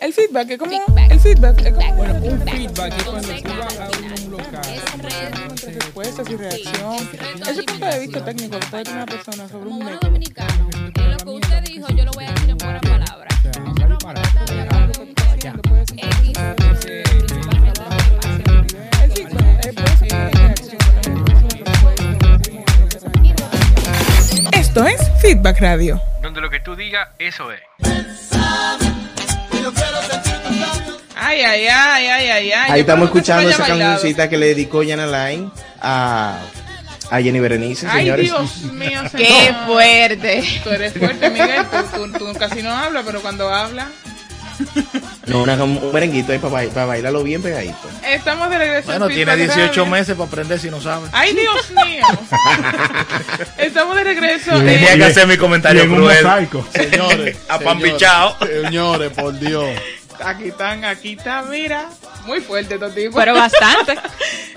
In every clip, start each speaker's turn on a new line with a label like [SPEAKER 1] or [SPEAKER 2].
[SPEAKER 1] El feedback es como.
[SPEAKER 2] Feedback.
[SPEAKER 1] El feedback es como.
[SPEAKER 2] Feedback.
[SPEAKER 1] Bueno,
[SPEAKER 2] un
[SPEAKER 1] un
[SPEAKER 2] feedback.
[SPEAKER 3] feedback es cuando
[SPEAKER 2] Entonces,
[SPEAKER 3] tú vas a
[SPEAKER 2] al final,
[SPEAKER 3] un local.
[SPEAKER 2] es red.
[SPEAKER 1] entre respuestas y reacción.
[SPEAKER 2] reto
[SPEAKER 1] Ese punto de vista
[SPEAKER 2] alimentación.
[SPEAKER 1] técnico que está una persona sobre
[SPEAKER 2] Como
[SPEAKER 1] un
[SPEAKER 2] bueno
[SPEAKER 1] método.
[SPEAKER 2] dominicano, es lo que usted dijo, yo lo voy a decir en buenas palabras. Nosotros vamos a tratar de hablar de un tema X, principalmente de motivación.
[SPEAKER 1] El feedback es respuesta y reacción. Esto es Feedback Radio.
[SPEAKER 4] Donde lo que tú digas, eso es.
[SPEAKER 5] Ay, ay, ay, ay, ay, ay.
[SPEAKER 6] Ahí
[SPEAKER 5] Yo
[SPEAKER 6] estamos
[SPEAKER 5] creo que
[SPEAKER 6] escuchando
[SPEAKER 5] se lo
[SPEAKER 6] esa
[SPEAKER 5] haya bailado.
[SPEAKER 6] cancioncita que le dedicó Yana Line a, a Jenny Berenice,
[SPEAKER 5] Ay,
[SPEAKER 6] señores.
[SPEAKER 5] Dios mío, señor.
[SPEAKER 7] Qué fuerte.
[SPEAKER 5] Tú eres fuerte, Miguel. Tú, tú- tú casi no hablas, pero cuando hablas.
[SPEAKER 6] No, una- un merenguito ahí para, bailarlo bien pegadito.
[SPEAKER 5] Estamos de regreso. en
[SPEAKER 8] Bueno, tiene
[SPEAKER 5] Feedback
[SPEAKER 8] 18
[SPEAKER 5] Radio.
[SPEAKER 8] meses para aprender si no sabe.
[SPEAKER 5] Ay, Dios mío. Estamos de regreso.
[SPEAKER 9] Bien,
[SPEAKER 5] en-
[SPEAKER 8] Tenía
[SPEAKER 9] bien.
[SPEAKER 8] que hacer mi
[SPEAKER 9] Y
[SPEAKER 8] comentario
[SPEAKER 9] en un
[SPEAKER 8] cruel.
[SPEAKER 9] mosaico.
[SPEAKER 8] Señores,
[SPEAKER 9] Señores,
[SPEAKER 8] apambichao.
[SPEAKER 9] Señores, por Dios.
[SPEAKER 5] Aquí están, aquí está, mira. Muy fuerte estos tipos.
[SPEAKER 7] Pero bastante.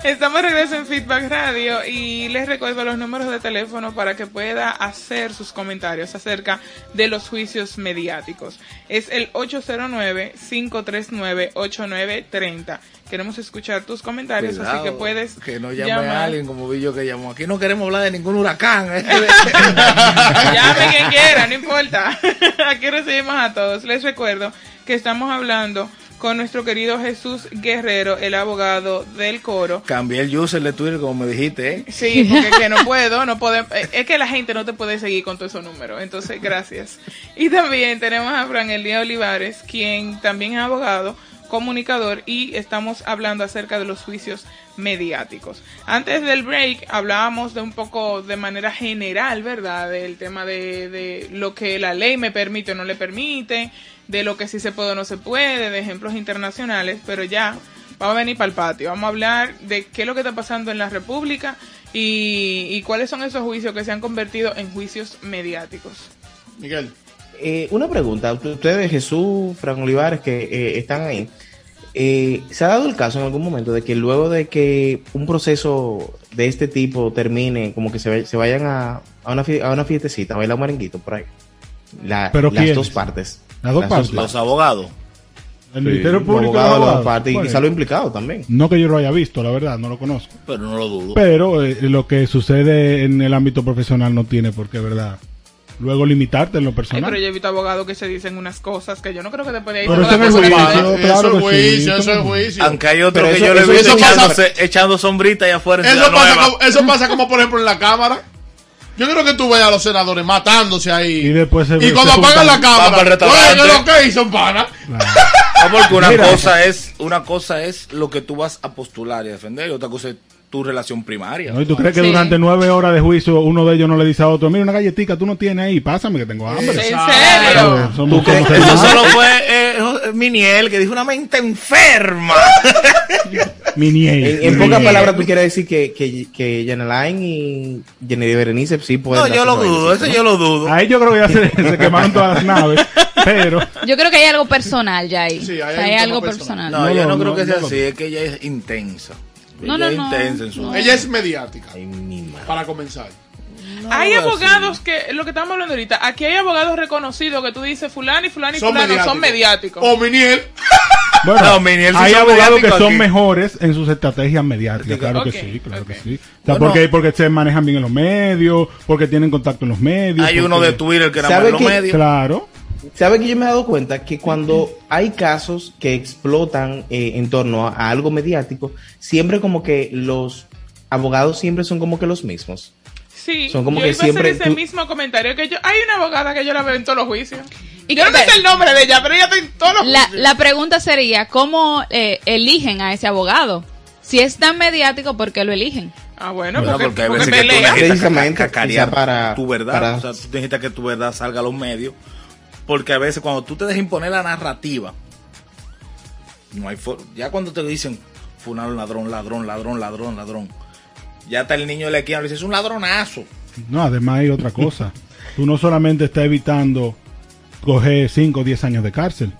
[SPEAKER 5] Estamos de regreso en Feedback Radio y les recuerdo los números de teléfono para que pueda hacer sus comentarios acerca de los juicios mediáticos. Es el 809-539-8930. Queremos escuchar tus comentarios, así que
[SPEAKER 8] Cuidado,
[SPEAKER 5] puedes
[SPEAKER 8] que no llame a
[SPEAKER 5] llamar.
[SPEAKER 8] alguien como vi yo que llamó. Aquí no queremos hablar de ningún huracán. ¿eh?
[SPEAKER 5] Llame quien quiera, no importa. Aquí recibimos a todos. Les recuerdo que estamos hablando con nuestro querido Jesús Guerrero, el abogado del coro.
[SPEAKER 8] Cambié el user de Twitter como me dijiste. ¿eh?
[SPEAKER 5] Sí, porque es que no puedo, no podemos. Es que la gente no te puede seguir con todos esos números. Entonces, gracias. Y también tenemos a Fran Elía Olivares, quien también es abogado, comunicador y estamos hablando acerca de los juicios mediáticos. Antes del break hablábamos de un poco de manera general, ¿verdad? Del tema de, de lo que la ley me permite o no le permite, de lo que sí se puede o no se puede, de ejemplos internacionales, pero ya Vamos a venir para el patio. Vamos a hablar de qué es lo que está pasando en la República y, y cuáles son esos juicios que se han convertido en juicios mediáticos.
[SPEAKER 9] Miguel,
[SPEAKER 6] Eh, una pregunta, ustedes, Jesús, Fran Olivares, que eh, están ahí, eh, ¿se ha dado el caso en algún momento de que luego de que un proceso de este tipo termine, como que se, ve- se vayan a, a una, fie- a una fiestecita, a bailar un merenguito por ahí? La-
[SPEAKER 9] ¿Pero
[SPEAKER 6] las
[SPEAKER 9] quiénes?
[SPEAKER 6] dos partes.
[SPEAKER 9] Las dos partes.
[SPEAKER 8] Los abogados.
[SPEAKER 9] el
[SPEAKER 6] Sí,
[SPEAKER 9] Ministerio
[SPEAKER 6] los
[SPEAKER 9] Público. y
[SPEAKER 6] abogados de las
[SPEAKER 9] los
[SPEAKER 6] dos
[SPEAKER 9] abogados.
[SPEAKER 6] partes y
[SPEAKER 9] Bueno,
[SPEAKER 6] quizá lo implicado también.
[SPEAKER 9] No que yo lo haya visto, la verdad, no lo conozco.
[SPEAKER 8] Pero no lo dudo.
[SPEAKER 9] Pero eh, lo que sucede en el ámbito profesional no tiene por qué, ¿verdad? Luego limitarte en lo
[SPEAKER 5] Ay, pero
[SPEAKER 9] personal.
[SPEAKER 5] yo he visto abogados que se dicen unas cosas que yo no creo que después de ahí
[SPEAKER 9] Pero
[SPEAKER 5] se
[SPEAKER 9] eso
[SPEAKER 5] pueda
[SPEAKER 9] no
[SPEAKER 5] pasar.
[SPEAKER 9] es juicio.
[SPEAKER 5] Vale.
[SPEAKER 9] Claro, claro
[SPEAKER 8] eso es
[SPEAKER 9] que sí,
[SPEAKER 8] juicio,
[SPEAKER 9] eso
[SPEAKER 8] eso es
[SPEAKER 9] no.
[SPEAKER 8] juicio. Aunque hay
[SPEAKER 6] Pero
[SPEAKER 8] otro que
[SPEAKER 6] eso-
[SPEAKER 8] yo le he
[SPEAKER 6] eso
[SPEAKER 8] visto
[SPEAKER 6] pasa-
[SPEAKER 8] echándose- echando sombrita allá afuera. en
[SPEAKER 9] Eso
[SPEAKER 8] Ciudad
[SPEAKER 9] pasa
[SPEAKER 8] Nueva.
[SPEAKER 9] como-
[SPEAKER 8] Eso
[SPEAKER 3] eso pasa como por ejemplo en la cámara. Yo creo que tú veas a los senadores matándose ahí.
[SPEAKER 9] Y después se-
[SPEAKER 3] Y
[SPEAKER 9] se
[SPEAKER 3] cuando
[SPEAKER 9] juntan.
[SPEAKER 3] apagan la
[SPEAKER 8] Van para
[SPEAKER 3] cámara,
[SPEAKER 8] el restaurante.
[SPEAKER 3] oye, ¿qué es lo que hizo, pana?
[SPEAKER 9] Claro.
[SPEAKER 8] porque una
[SPEAKER 9] Mira.
[SPEAKER 8] cosa es una cosa es lo que tú vas a postular y a defender y otra cosa es tu relación primaria.
[SPEAKER 9] ¿No? ¿Y tú crees que durante nueve horas de juicio uno de ellos no le dice a otro, mira una galletica, tú no tienes ahí, pásame que tengo hambre?
[SPEAKER 5] ¿En
[SPEAKER 9] Claro,
[SPEAKER 5] serio?
[SPEAKER 9] somos-
[SPEAKER 6] ¿Tú crees
[SPEAKER 9] somos
[SPEAKER 6] que
[SPEAKER 8] Eso
[SPEAKER 9] hermanos.
[SPEAKER 8] solo fue eh, Jo- Miniel que dijo una mente enferma.
[SPEAKER 9] Mi nieve,
[SPEAKER 6] En,
[SPEAKER 9] mi
[SPEAKER 6] en pocas
[SPEAKER 9] nieve.
[SPEAKER 6] palabras, tú quieres decir que, que, que Jenna Line y Jenny Berenice sí pueden.
[SPEAKER 8] No, yo
[SPEAKER 6] dar
[SPEAKER 8] lo
[SPEAKER 6] sus
[SPEAKER 8] dudo, eso
[SPEAKER 6] bailecito,
[SPEAKER 8] yo lo dudo.
[SPEAKER 9] Ahí yo creo que ya se, se quemaron todas las naves, pero
[SPEAKER 7] Yo creo que hay algo personal ya ahí.
[SPEAKER 3] Sí, ahí
[SPEAKER 7] O sea, hay,
[SPEAKER 3] hay un tema
[SPEAKER 7] algo
[SPEAKER 3] personal.
[SPEAKER 7] personal.
[SPEAKER 8] No,
[SPEAKER 9] No,
[SPEAKER 8] yo
[SPEAKER 9] no,
[SPEAKER 8] no creo
[SPEAKER 9] no,
[SPEAKER 8] que sea
[SPEAKER 9] no.
[SPEAKER 8] así, es que ella es intensa.
[SPEAKER 7] No,
[SPEAKER 8] Ella
[SPEAKER 7] no,
[SPEAKER 8] es
[SPEAKER 7] no,
[SPEAKER 8] intensa en su
[SPEAKER 7] no.
[SPEAKER 3] Ella es mediática,
[SPEAKER 6] Ay, mi madre.
[SPEAKER 3] para comenzar.
[SPEAKER 5] hay
[SPEAKER 8] pero
[SPEAKER 5] abogados que, lo que estamos hablando ahorita, aquí hay abogados reconocidos que tú dices fulano y fulano y
[SPEAKER 3] Son
[SPEAKER 5] fulano
[SPEAKER 3] mediáticos.
[SPEAKER 5] son mediáticos.
[SPEAKER 3] O Miniel.
[SPEAKER 9] bueno,
[SPEAKER 8] No, Miniel, si
[SPEAKER 9] hay
[SPEAKER 8] son
[SPEAKER 9] abogados que
[SPEAKER 8] mediáticos
[SPEAKER 9] son
[SPEAKER 8] aquí.
[SPEAKER 9] mejores en sus estrategias mediáticas,
[SPEAKER 8] Diga,
[SPEAKER 9] claro
[SPEAKER 5] ok,
[SPEAKER 9] que sí, claro que
[SPEAKER 5] ok.
[SPEAKER 9] sí. O sea,
[SPEAKER 8] Bueno.
[SPEAKER 9] porque, porque se manejan bien en los medios, porque tienen contacto en los medios.
[SPEAKER 8] Hay uno de
[SPEAKER 9] porque-
[SPEAKER 8] Twitter que era
[SPEAKER 6] ¿Sabe
[SPEAKER 8] los
[SPEAKER 6] qué?
[SPEAKER 8] medios.
[SPEAKER 9] Claro.
[SPEAKER 6] ¿Sabe que yo me he dado cuenta que cuando hay casos que explotan eh, en torno a, a algo mediático, siempre como que los abogados siempre son como que los mismos?
[SPEAKER 5] Sí,
[SPEAKER 6] Son como
[SPEAKER 5] yo
[SPEAKER 6] que
[SPEAKER 5] iba
[SPEAKER 6] siempre
[SPEAKER 5] a hacer ese
[SPEAKER 6] tú-
[SPEAKER 5] mismo comentario que yo, hay una abogada que yo la veo en todos los juicios.
[SPEAKER 7] Y
[SPEAKER 5] yo
[SPEAKER 7] que-
[SPEAKER 5] no me sé el nombre de ella, pero ella está en todos los
[SPEAKER 7] La,
[SPEAKER 5] juicios.
[SPEAKER 7] la pregunta sería, ¿cómo eh, eligen a ese abogado? Si es tan mediático, ¿por qué lo eligen?
[SPEAKER 5] Ah, bueno,
[SPEAKER 8] Bueno,
[SPEAKER 5] porque,
[SPEAKER 8] porque hay
[SPEAKER 5] porque
[SPEAKER 8] veces que tú
[SPEAKER 5] pelea.
[SPEAKER 8] necesitas
[SPEAKER 6] Precisamente,
[SPEAKER 8] ca- cacarear
[SPEAKER 6] quizá para-
[SPEAKER 8] tu verdad.
[SPEAKER 6] para-
[SPEAKER 8] O sea, tú necesitas que tu verdad salga a los medios. Porque a veces cuando tú te dejas imponer la narrativa, no hay for- ya cuando te dicen fulano ladrón, ladrón, ladrón, ladrón, ladrón, ya está el niño de la esquina le dice, es un ladronazo.
[SPEAKER 9] No, además hay otra cosa. Tú no solamente estás evitando coger 5 o 10 años de cárcel,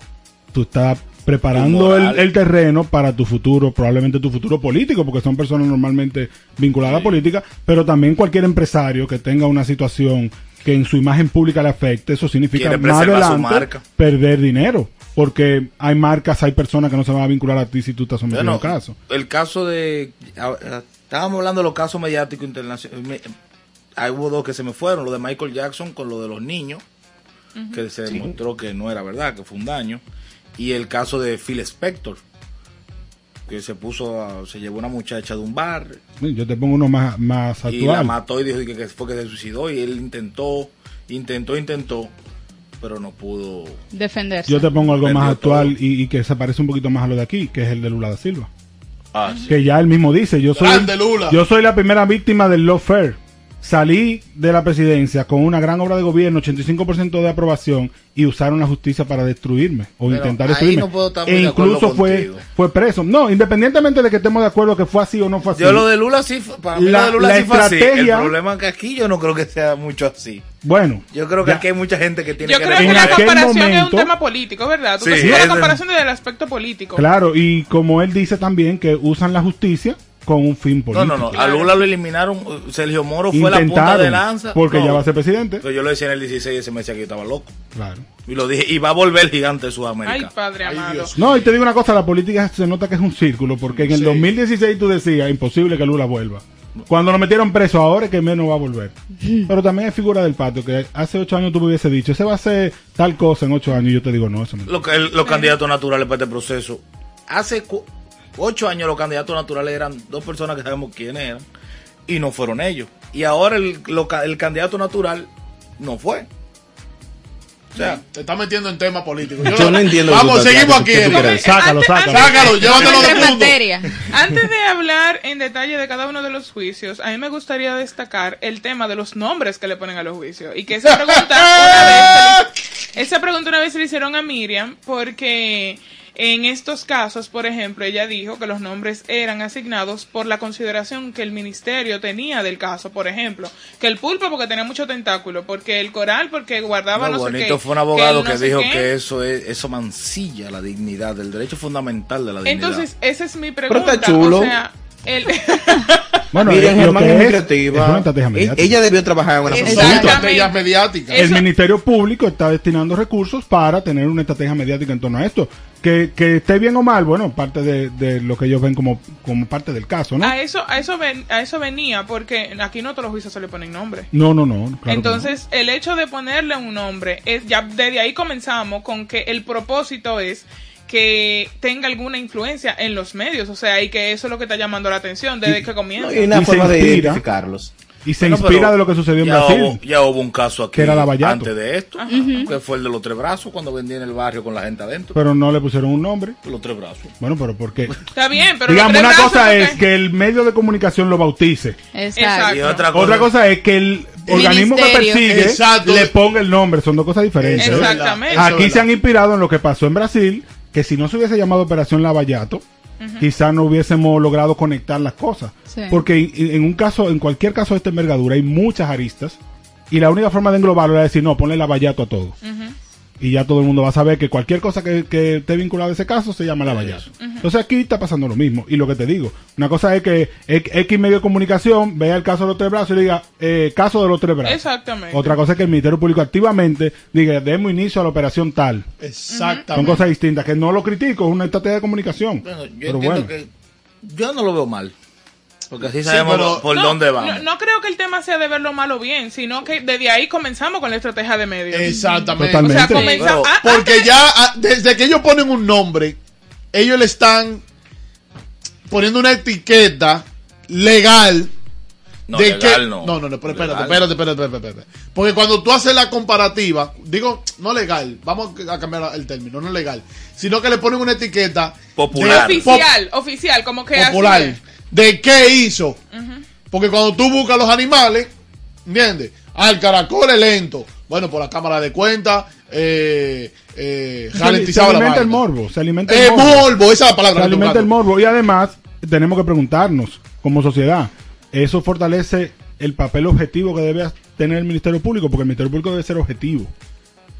[SPEAKER 9] tú estás preparando
[SPEAKER 8] Tu moral.
[SPEAKER 9] el, el terreno para tu futuro, probablemente tu futuro político, porque son personas normalmente vinculadas a la política, pero también cualquier empresario que tenga una situación que en su imagen pública le afecte, eso significa
[SPEAKER 8] Quiere
[SPEAKER 9] más
[SPEAKER 8] preservar su
[SPEAKER 9] adelante
[SPEAKER 8] marca.
[SPEAKER 9] perder dinero. Porque hay marcas, hay personas que no se van a vincular a ti si tú estás sometido a
[SPEAKER 8] Bueno,
[SPEAKER 9] un caso.
[SPEAKER 8] el caso de. a- a- Estábamos hablando de los casos mediáticos internacionales. Ahí hubo dos que se me fueron: lo de Michael Jackson con lo de los niños, que se demostró que no era verdad, que fue un daño. Y el caso de Phil Spector, que se puso. a- se llevó una muchacha de un bar
[SPEAKER 9] Yo te pongo uno más, más
[SPEAKER 8] y la
[SPEAKER 9] actual.
[SPEAKER 8] mató y dijo que, que fue que se suicidó. Y él intentó, intentó, intentó, pero no pudo.
[SPEAKER 7] defenderse.
[SPEAKER 9] Yo te pongo algo más
[SPEAKER 8] Perdió
[SPEAKER 9] actual
[SPEAKER 8] todo.
[SPEAKER 9] y, y que se parece un poquito más a lo de aquí, que es el de Lula da Silva.
[SPEAKER 8] Ah, sí.
[SPEAKER 9] Que ya él mismo dice, yo soy,
[SPEAKER 3] Grande, Lula.
[SPEAKER 9] yo soy la primera víctima del lawfare. Salí de la presidencia con una gran obra de gobierno, 85% de aprobación, y usaron la justicia para destruirme o
[SPEAKER 8] Pero
[SPEAKER 9] intentar
[SPEAKER 8] ahí
[SPEAKER 9] destruirme.
[SPEAKER 8] no puedo estar muy
[SPEAKER 9] e
[SPEAKER 8] de acuerdo
[SPEAKER 9] incluso fue,
[SPEAKER 8] contigo.
[SPEAKER 9] fue preso. No, independientemente de que estemos de acuerdo que fue así o no fue así.
[SPEAKER 8] Yo lo de Lula sí, fue- para mí
[SPEAKER 9] La-
[SPEAKER 8] lo de Lula
[SPEAKER 9] la
[SPEAKER 8] sí fue así. El
[SPEAKER 9] estrategia-
[SPEAKER 8] problema es que aquí yo no creo que sea mucho así.
[SPEAKER 9] Bueno,
[SPEAKER 8] Yo creo que
[SPEAKER 9] Ya.
[SPEAKER 8] aquí hay mucha gente que tiene
[SPEAKER 5] Yo
[SPEAKER 8] que
[SPEAKER 5] creo que
[SPEAKER 9] en
[SPEAKER 5] la
[SPEAKER 9] aquel
[SPEAKER 5] comparación es
[SPEAKER 9] momento-
[SPEAKER 5] un tema político, ¿verdad? Tú
[SPEAKER 8] Sí,
[SPEAKER 5] estás haciendo
[SPEAKER 8] es-
[SPEAKER 5] la comparación desde el aspecto político.
[SPEAKER 9] claro, y como él dice también que usan la justicia con un fin
[SPEAKER 8] No,
[SPEAKER 9] político.
[SPEAKER 8] no, no. A Lula lo eliminaron. Sergio Moro fue la punta
[SPEAKER 9] Intentaron,
[SPEAKER 8] de lanza.
[SPEAKER 9] porque
[SPEAKER 8] No.
[SPEAKER 9] ya va a ser presidente.
[SPEAKER 8] Pero yo lo decía en el 16 y ese me decía que yo estaba loco.
[SPEAKER 9] Claro.
[SPEAKER 8] Y lo dije, y va a volver el gigante de
[SPEAKER 5] Ay,
[SPEAKER 8] Sudamérica.
[SPEAKER 5] padre
[SPEAKER 3] Ay,
[SPEAKER 5] amado.
[SPEAKER 3] Dios.
[SPEAKER 9] No, y te digo una cosa, la política se nota que es un círculo, porque en el
[SPEAKER 3] Sí.
[SPEAKER 9] 2016 tú decías, imposible que Lula vuelva. Cuando lo metieron preso, ahora es que menos va a volver. Pero también es figura del patio, que hace ocho años tú me hubiese dicho, ese va a ser tal cosa en ocho años, y yo te digo, no, eso no.
[SPEAKER 8] Lo que- el- los candidatos naturales para este proceso. Hace cu- ocho años los candidatos naturales eran dos personas que sabemos quiénes eran y no fueron ellos. Y ahora el, lo ca- el candidato natural no fue. O sea,
[SPEAKER 3] Te está metiendo en tema político.
[SPEAKER 6] Yo no entiendo lo que
[SPEAKER 3] Vamos,
[SPEAKER 6] tú estás-
[SPEAKER 3] seguimos
[SPEAKER 6] que
[SPEAKER 3] aquí.
[SPEAKER 6] tú
[SPEAKER 3] Eric.
[SPEAKER 6] quieras.
[SPEAKER 9] Sácalo,
[SPEAKER 5] Antes-
[SPEAKER 9] sácalo.
[SPEAKER 5] antes-
[SPEAKER 3] Sácalo, llévatelo
[SPEAKER 7] Entra
[SPEAKER 3] del
[SPEAKER 7] en
[SPEAKER 3] mundo.
[SPEAKER 7] materia.
[SPEAKER 5] Antes de hablar en detalle de cada uno de los juicios, a mí me gustaría destacar el tema de los nombres que le ponen a los juicios. Y que esa pregunta una vez, se le- esa pregunta una vez se le hicieron a Miriam porque en estos casos, por ejemplo, ella dijo que los nombres eran asignados por la consideración que el ministerio tenía del caso, por ejemplo, que el pulpo porque tenía mucho tentáculo, porque el coral porque guardaba
[SPEAKER 8] Lo
[SPEAKER 5] no, sé qué,
[SPEAKER 8] bonito fue un abogado
[SPEAKER 5] el no
[SPEAKER 8] que,
[SPEAKER 5] sé
[SPEAKER 8] dijo
[SPEAKER 5] qué.
[SPEAKER 8] que eso es, eso mancilla la dignidad, el derecho fundamental de la dignidad.
[SPEAKER 5] Entonces, esa es mi
[SPEAKER 6] Pero
[SPEAKER 5] pregunta,
[SPEAKER 6] está chulo.
[SPEAKER 5] o sea, el
[SPEAKER 9] Bueno,
[SPEAKER 6] Miriam
[SPEAKER 9] es- lo
[SPEAKER 6] Germán
[SPEAKER 9] que
[SPEAKER 6] es muy
[SPEAKER 9] es, es
[SPEAKER 6] creativa.
[SPEAKER 9] una estrategia mediática.
[SPEAKER 6] Ella debió trabajar en una
[SPEAKER 3] Son
[SPEAKER 5] Exactamente.
[SPEAKER 3] estrategias mediáticas.
[SPEAKER 9] el
[SPEAKER 5] Eso-
[SPEAKER 9] Ministerio Público está destinando recursos para tener una estrategia mediática en torno a esto. Que, que esté bien o mal, bueno, parte de, de lo que ellos ven como, como parte del caso, ¿no?
[SPEAKER 5] A eso, a eso, ven- a eso venía, porque aquí no todos los juicios se le ponen nombre.
[SPEAKER 9] No, no, no. claro que no.
[SPEAKER 5] Entonces, el hecho de ponerle un nombre, es ya desde ahí comenzamos con que el propósito es que tenga alguna influencia en los medios, o sea, y que eso es lo que está llamando la atención desde que comienza.
[SPEAKER 6] No, y una
[SPEAKER 9] Y se
[SPEAKER 6] forma de
[SPEAKER 9] inspira.
[SPEAKER 6] identificarlos.
[SPEAKER 9] Y se
[SPEAKER 8] Bueno,
[SPEAKER 9] inspira
[SPEAKER 8] pero
[SPEAKER 9] de lo que sucedió en
[SPEAKER 8] ya
[SPEAKER 9] Brasil.
[SPEAKER 8] Hubo, ya hubo un caso aquí
[SPEAKER 9] Que era la Vallato.
[SPEAKER 8] antes de esto, que fue el de los tres brazos, cuando vendía en el barrio con la gente adentro.
[SPEAKER 9] Pero no le pusieron un nombre.
[SPEAKER 8] Los tres brazos.
[SPEAKER 9] Bueno, pero porque.
[SPEAKER 5] Está bien, pero los
[SPEAKER 9] Digamos,
[SPEAKER 5] tres
[SPEAKER 9] una
[SPEAKER 5] brazos,
[SPEAKER 9] cosa
[SPEAKER 5] ¿por
[SPEAKER 9] es
[SPEAKER 5] qué?
[SPEAKER 9] que el medio de comunicación lo bautice.
[SPEAKER 7] Exacto.
[SPEAKER 8] Y
[SPEAKER 5] Exacto.
[SPEAKER 8] otra cosa,
[SPEAKER 9] Otra cosa es que el organismo que
[SPEAKER 7] Ministerio.
[SPEAKER 9] persigue
[SPEAKER 3] Exacto.
[SPEAKER 9] le ponga el nombre. Son dos cosas diferentes. ¿eh?
[SPEAKER 3] Eso es verdad,
[SPEAKER 5] Exactamente.
[SPEAKER 3] eso es
[SPEAKER 9] Aquí se
[SPEAKER 3] verdad.
[SPEAKER 9] han inspirado en lo que pasó en Brasil, que si no se hubiese llamado Operación Lavallato, quizás no hubiésemos logrado conectar las cosas.
[SPEAKER 7] Sí.
[SPEAKER 9] Porque en- en un caso, en cualquier caso de esta envergadura, hay muchas aristas. Y la única forma de englobarlo era decir, no, ponle Lavallato a todo. Y ya todo el mundo va a saber que cualquier cosa que, que esté vinculada a ese caso se llama Lavallato. Entonces aquí está pasando lo mismo. Y lo que te digo, una cosa es que X X medio de comunicación vea el caso de los tres brazos y diga, eh, caso de los tres brazos.
[SPEAKER 5] Exactamente.
[SPEAKER 9] Otra cosa es que el Ministerio Público activamente diga, demos inicio a la operación tal. Son
[SPEAKER 3] Exactamente.
[SPEAKER 9] cosas distintas, que no lo critico, es una estrategia de comunicación.
[SPEAKER 8] Bueno, yo
[SPEAKER 9] pero
[SPEAKER 8] entiendo
[SPEAKER 9] bueno,
[SPEAKER 8] que yo no lo veo mal. Porque así
[SPEAKER 3] Sí,
[SPEAKER 8] sabemos
[SPEAKER 3] pero-
[SPEAKER 8] por
[SPEAKER 5] No,
[SPEAKER 8] dónde vamos.
[SPEAKER 5] No, no creo que el tema sea de verlo mal o bien, sino que desde ahí comenzamos con la estrategia de medios.
[SPEAKER 3] Exactamente.
[SPEAKER 5] O sea,
[SPEAKER 9] Totalmente.
[SPEAKER 5] comenzamos.
[SPEAKER 8] Pero-
[SPEAKER 5] ah,
[SPEAKER 3] Porque ya, ah, desde que ellos ponen un nombre, ellos le están poniendo una etiqueta legal
[SPEAKER 8] No,
[SPEAKER 3] de
[SPEAKER 8] legal
[SPEAKER 3] que-
[SPEAKER 8] no.
[SPEAKER 3] No, no, no, pero espérate,
[SPEAKER 8] Legal.
[SPEAKER 3] espérate, espérate, espérate, espérate. Porque cuando tú haces la comparativa, digo, no legal, vamos a cambiar el término, no legal, sino que le ponen una etiqueta
[SPEAKER 8] Popular.
[SPEAKER 3] de-
[SPEAKER 5] Oficial, oficial, como que
[SPEAKER 3] pop-
[SPEAKER 5] así
[SPEAKER 3] popular
[SPEAKER 5] es.
[SPEAKER 3] de qué hizo. Porque cuando tú buscas los animales, ¿entiendes? Ah, el caracol es lento. Bueno, por la cámara de cuenta, eh, eh,
[SPEAKER 9] se, se
[SPEAKER 3] ralentizaba la
[SPEAKER 9] alimenta el
[SPEAKER 3] vaina.
[SPEAKER 9] morbo, se alimenta
[SPEAKER 3] Eh,
[SPEAKER 9] el morbo.
[SPEAKER 3] morbo, esa es la
[SPEAKER 9] Se
[SPEAKER 3] palabra. que estoy
[SPEAKER 9] alimenta el
[SPEAKER 3] buscando.
[SPEAKER 9] morbo. Y además, tenemos que preguntarnos, como sociedad, ¿eso fortalece el papel objetivo que debe tener el Ministerio Público? Porque el Ministerio Público debe ser objetivo.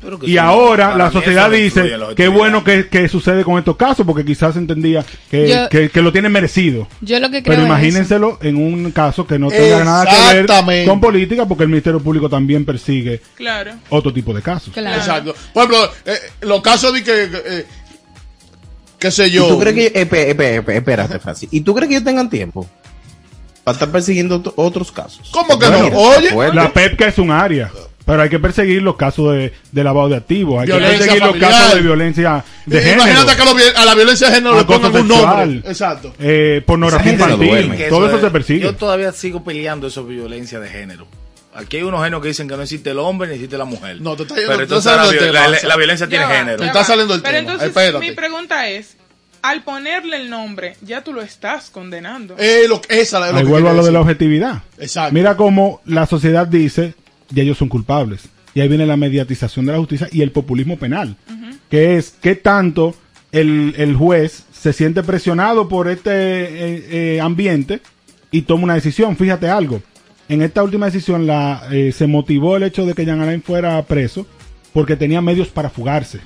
[SPEAKER 8] Pero que
[SPEAKER 9] Y
[SPEAKER 8] Pues sí,
[SPEAKER 9] ahora
[SPEAKER 8] para
[SPEAKER 9] la
[SPEAKER 8] mí
[SPEAKER 9] sociedad
[SPEAKER 8] eso no
[SPEAKER 9] dice,
[SPEAKER 8] incluye la
[SPEAKER 9] qué
[SPEAKER 8] objetividad.
[SPEAKER 9] bueno que, que sucede con estos casos, porque quizás entendía que,
[SPEAKER 7] Yo-
[SPEAKER 9] que- que lo tiene merecido.
[SPEAKER 7] Yo lo que creo
[SPEAKER 9] Pero
[SPEAKER 7] es
[SPEAKER 9] imagínenselo en un caso que no tenga nada que ver
[SPEAKER 3] Exactamente.
[SPEAKER 9] con política, porque el Ministerio Público también persigue
[SPEAKER 5] Claro.
[SPEAKER 9] otro tipo de casos.
[SPEAKER 7] Claro.
[SPEAKER 3] Exacto. Por ejemplo, eh, los casos de que, eh, qué sé
[SPEAKER 6] ¿Y
[SPEAKER 3] yo. eh,
[SPEAKER 6] tú crees que yo- eh, epe- epe- epe- espérate, Francis. ¿Y tú crees que ellos tengan tiempo para estar persiguiendo otro- otros casos?
[SPEAKER 3] ¿Cómo que no?
[SPEAKER 6] Bueno,
[SPEAKER 3] Oye,
[SPEAKER 6] fuerte.
[SPEAKER 9] La PEPCA es un área, pero hay que perseguir los casos de, de lavado de activos, hay que
[SPEAKER 3] Violencia
[SPEAKER 9] perseguir
[SPEAKER 3] familiar.
[SPEAKER 9] los casos de violencia de
[SPEAKER 3] Eh,
[SPEAKER 9] género.
[SPEAKER 3] imagínate que a, los vi- a la violencia de género le
[SPEAKER 9] acoso
[SPEAKER 3] pongan un nombre.
[SPEAKER 9] sexual,
[SPEAKER 3] Exacto.
[SPEAKER 9] eh,
[SPEAKER 6] Esa
[SPEAKER 9] pornografía
[SPEAKER 6] gente no
[SPEAKER 9] infantil,
[SPEAKER 6] duerme.
[SPEAKER 8] Que
[SPEAKER 9] todo
[SPEAKER 8] es-
[SPEAKER 9] eso se persigue.
[SPEAKER 8] Yo todavía sigo peleando eso de violencia de género. Aquí hay unos géneros que dicen que no existe el hombre ni existe la mujer.
[SPEAKER 3] No, te está-
[SPEAKER 8] Pero
[SPEAKER 3] no te
[SPEAKER 8] entonces
[SPEAKER 3] está
[SPEAKER 8] la,
[SPEAKER 3] yendo el
[SPEAKER 8] vi- la-
[SPEAKER 3] tema, o sea.
[SPEAKER 8] la violencia tiene
[SPEAKER 5] Ya va,
[SPEAKER 8] género.
[SPEAKER 5] ya
[SPEAKER 3] Está
[SPEAKER 5] va.
[SPEAKER 3] saliendo el
[SPEAKER 5] Pero
[SPEAKER 3] tema,
[SPEAKER 5] entonces,
[SPEAKER 3] espérate.
[SPEAKER 5] mi pregunta es: al ponerle el nombre, ya tú lo estás condenando.
[SPEAKER 3] Eh, lo, esa es lo
[SPEAKER 9] Ahí
[SPEAKER 3] que
[SPEAKER 9] vuelvo a
[SPEAKER 3] quería
[SPEAKER 9] lo de
[SPEAKER 3] decir.
[SPEAKER 9] la objetividad.
[SPEAKER 3] Exacto.
[SPEAKER 9] Mira cómo la sociedad dice, y ellos son culpables. Y ahí viene la mediatización de la justicia y el populismo penal, que es qué tanto el, el juez se siente presionado por este eh, eh, ambiente y toma una decisión. Fíjate algo, en esta última decisión la, eh, se motivó el hecho de que Jan Alain fuera preso porque tenía medios para fugarse.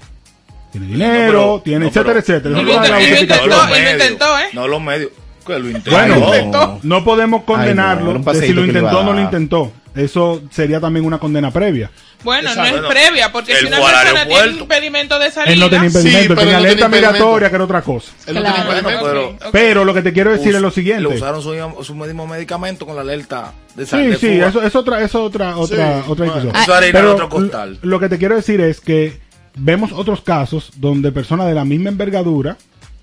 [SPEAKER 9] Tiene dinero,
[SPEAKER 8] No, pero-
[SPEAKER 9] tiene,
[SPEAKER 8] no,
[SPEAKER 9] etcétera,
[SPEAKER 8] pero-
[SPEAKER 9] etcétera.
[SPEAKER 5] no,
[SPEAKER 9] Eso
[SPEAKER 5] pero-
[SPEAKER 9] es la
[SPEAKER 5] y lo
[SPEAKER 9] justificación.
[SPEAKER 5] intentó, y lo
[SPEAKER 8] medios,
[SPEAKER 5] intentó, ¿eh?
[SPEAKER 8] No los medios. Que lo intentó.
[SPEAKER 9] Bueno,
[SPEAKER 8] No.
[SPEAKER 5] intentó.
[SPEAKER 9] no podemos
[SPEAKER 6] Ay, no,
[SPEAKER 9] condenarlo
[SPEAKER 6] era un
[SPEAKER 9] de si
[SPEAKER 6] paseíto
[SPEAKER 9] lo
[SPEAKER 6] que le
[SPEAKER 9] intentó
[SPEAKER 6] iba
[SPEAKER 9] o
[SPEAKER 6] a
[SPEAKER 9] no lo
[SPEAKER 6] dar.
[SPEAKER 9] intentó. Eso sería también una condena previa.
[SPEAKER 5] Bueno, no
[SPEAKER 3] Exacto.
[SPEAKER 5] es
[SPEAKER 8] Bueno,
[SPEAKER 5] previa, porque
[SPEAKER 8] él
[SPEAKER 5] si una
[SPEAKER 8] fue al
[SPEAKER 5] persona tiene un
[SPEAKER 8] aeropuerto.
[SPEAKER 5] impedimento de salida.
[SPEAKER 9] Él no tenía impedimento,
[SPEAKER 3] Sí,
[SPEAKER 9] él
[SPEAKER 3] pero
[SPEAKER 9] tenía
[SPEAKER 3] no tenía
[SPEAKER 9] alerta
[SPEAKER 3] impedimento.
[SPEAKER 9] migratoria, que era otra cosa.
[SPEAKER 3] Es lo que
[SPEAKER 7] Claro.
[SPEAKER 3] tiene-
[SPEAKER 8] Bueno, pero-
[SPEAKER 5] Ok, ok.
[SPEAKER 9] Pero lo que te quiero decir es lo
[SPEAKER 8] Le
[SPEAKER 9] siguiente.
[SPEAKER 8] usaron su, su mismo medicamento con la alerta de sal-
[SPEAKER 9] Sí,
[SPEAKER 8] de
[SPEAKER 9] sí,
[SPEAKER 8] fuga.
[SPEAKER 9] eso es otra, es otra, otra,
[SPEAKER 3] Sí,
[SPEAKER 9] otra
[SPEAKER 3] bueno.
[SPEAKER 9] discusión.
[SPEAKER 8] Eso harina de
[SPEAKER 9] Pero
[SPEAKER 8] otro costal.
[SPEAKER 9] Lo que te quiero decir es que vemos otros casos donde personas de la misma envergadura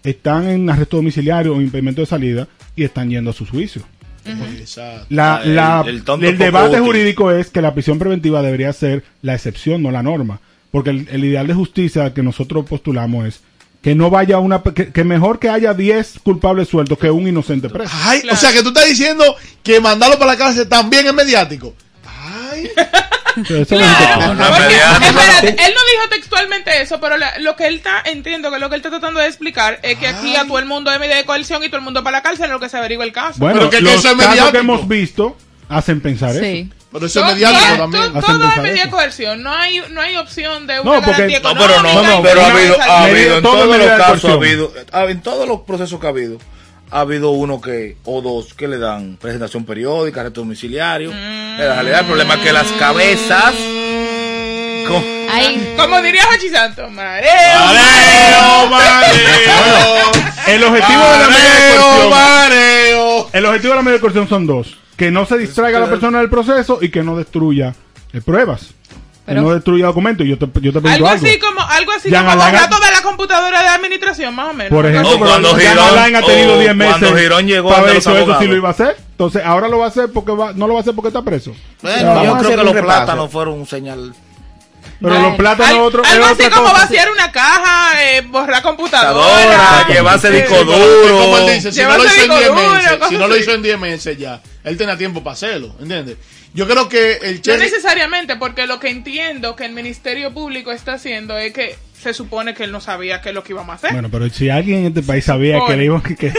[SPEAKER 9] están en arresto domiciliario o impedimento de salida y están yendo a su juicio.
[SPEAKER 3] Exacto.
[SPEAKER 9] La,
[SPEAKER 8] Ah, El-
[SPEAKER 9] la- el,
[SPEAKER 8] el tonto poco
[SPEAKER 9] debate
[SPEAKER 8] útil.
[SPEAKER 9] jurídico es que la prisión preventiva debería ser la excepción, no la norma. Porque el, el ideal de justicia que nosotros postulamos es que no vaya una. que, que mejor que haya 10 culpables sueltos que un inocente
[SPEAKER 8] Ah.
[SPEAKER 9] preso.
[SPEAKER 3] Ay, o sea que tú estás diciendo que mandarlo para la cárcel también es mediático. Ay,
[SPEAKER 9] Entonces, eso es lo que-
[SPEAKER 5] Claro,
[SPEAKER 8] No, no,
[SPEAKER 5] porque-
[SPEAKER 8] mediante-
[SPEAKER 5] espérate, él no dijo textualmente eso, pero la- lo que él está, entiendo que lo que él está tratando de explicar es que aquí a todo el mundo de medida de coerción y todo el mundo para la cárcel en lo que se averigua el caso.
[SPEAKER 9] Bueno,
[SPEAKER 3] Pero que- que
[SPEAKER 9] los
[SPEAKER 3] eso es
[SPEAKER 9] casos que
[SPEAKER 3] mediático.
[SPEAKER 9] hemos visto hacen pensar
[SPEAKER 7] Sí.
[SPEAKER 3] pero eso
[SPEAKER 5] To-
[SPEAKER 3] es mediático
[SPEAKER 5] to-
[SPEAKER 3] también.
[SPEAKER 5] to-
[SPEAKER 9] Hacen
[SPEAKER 5] todo es
[SPEAKER 9] pensar
[SPEAKER 5] medida de
[SPEAKER 9] eso.
[SPEAKER 5] coerción, no hay, no hay opción de una
[SPEAKER 9] No, porque-
[SPEAKER 5] garantía
[SPEAKER 8] No, pero no,
[SPEAKER 5] económica
[SPEAKER 9] no,
[SPEAKER 5] y
[SPEAKER 8] pero
[SPEAKER 5] una
[SPEAKER 8] ha habido,
[SPEAKER 5] garantía
[SPEAKER 8] ha
[SPEAKER 5] de
[SPEAKER 8] habido en
[SPEAKER 9] Todo
[SPEAKER 8] todos los
[SPEAKER 9] medida de
[SPEAKER 8] casos, ha
[SPEAKER 9] coerción.
[SPEAKER 8] habido, ha- en todos los procesos que ha habido, ha habido uno que, o dos, que le dan presentación periódica, arresto domiciliario. En realidad el problema es que las cabezas... con-
[SPEAKER 7] Ahí,
[SPEAKER 5] salida. Como diría Hachi Santos, mareo.
[SPEAKER 9] Ah,
[SPEAKER 3] Mareo, mareo.
[SPEAKER 9] El objetivo de la medida de
[SPEAKER 3] Mareo,
[SPEAKER 9] coerción-
[SPEAKER 3] mareo.
[SPEAKER 9] El objetivo de la medida de coerción son dos: que no se distraiga a la persona del proceso y que no destruya eh, pruebas.
[SPEAKER 7] Pero-
[SPEAKER 9] que no destruya documentos. Yo te, yo te pregunto
[SPEAKER 5] Algo
[SPEAKER 9] algo.
[SPEAKER 5] así como, algo así
[SPEAKER 9] Ya
[SPEAKER 5] como los
[SPEAKER 9] Galaga-
[SPEAKER 5] datos de la computadora de administración, más o menos.
[SPEAKER 9] Por ejemplo,
[SPEAKER 8] O cuando
[SPEAKER 9] pero ya
[SPEAKER 8] Girón-
[SPEAKER 9] Alain ha tenido
[SPEAKER 8] o
[SPEAKER 9] 10 meses.
[SPEAKER 8] cuando Girón llegó
[SPEAKER 9] para
[SPEAKER 8] ante
[SPEAKER 9] ver
[SPEAKER 8] los
[SPEAKER 9] si eso
[SPEAKER 8] abogados.
[SPEAKER 9] sí lo iba a hacer. Entonces, ahora lo va a hacer porque va- no lo va a hacer porque está preso.
[SPEAKER 6] vamos a
[SPEAKER 8] Bueno, yo creo
[SPEAKER 6] hacer
[SPEAKER 8] que
[SPEAKER 6] un
[SPEAKER 8] los
[SPEAKER 6] repaso.
[SPEAKER 8] plátanos fueron un señal.
[SPEAKER 9] Pero
[SPEAKER 7] Vale.
[SPEAKER 9] los plátanos
[SPEAKER 5] Al-
[SPEAKER 9] otro,
[SPEAKER 5] algo
[SPEAKER 9] es
[SPEAKER 5] así
[SPEAKER 9] otra
[SPEAKER 5] como
[SPEAKER 9] cosa.
[SPEAKER 5] vaciar una caja, eh, borrar computadora. eh,
[SPEAKER 8] Computadora, llevarse disco
[SPEAKER 3] Como él
[SPEAKER 8] duro.
[SPEAKER 3] dice, si no
[SPEAKER 5] Llévate
[SPEAKER 3] lo hizo en
[SPEAKER 5] con
[SPEAKER 3] 10
[SPEAKER 5] uno,
[SPEAKER 3] meses,
[SPEAKER 5] cosas
[SPEAKER 3] si no lo
[SPEAKER 5] así.
[SPEAKER 3] hizo en 10 meses ya, él tenía tiempo para hacerlo, ¿entiendes? Yo creo que el
[SPEAKER 5] No
[SPEAKER 3] Cherry
[SPEAKER 5] necesariamente, porque lo que entiendo que el Ministerio Público está haciendo es que se supone que él no sabía qué es lo que íbamos a hacer.
[SPEAKER 9] Bueno, pero si alguien en este país sabía que le iba que, que-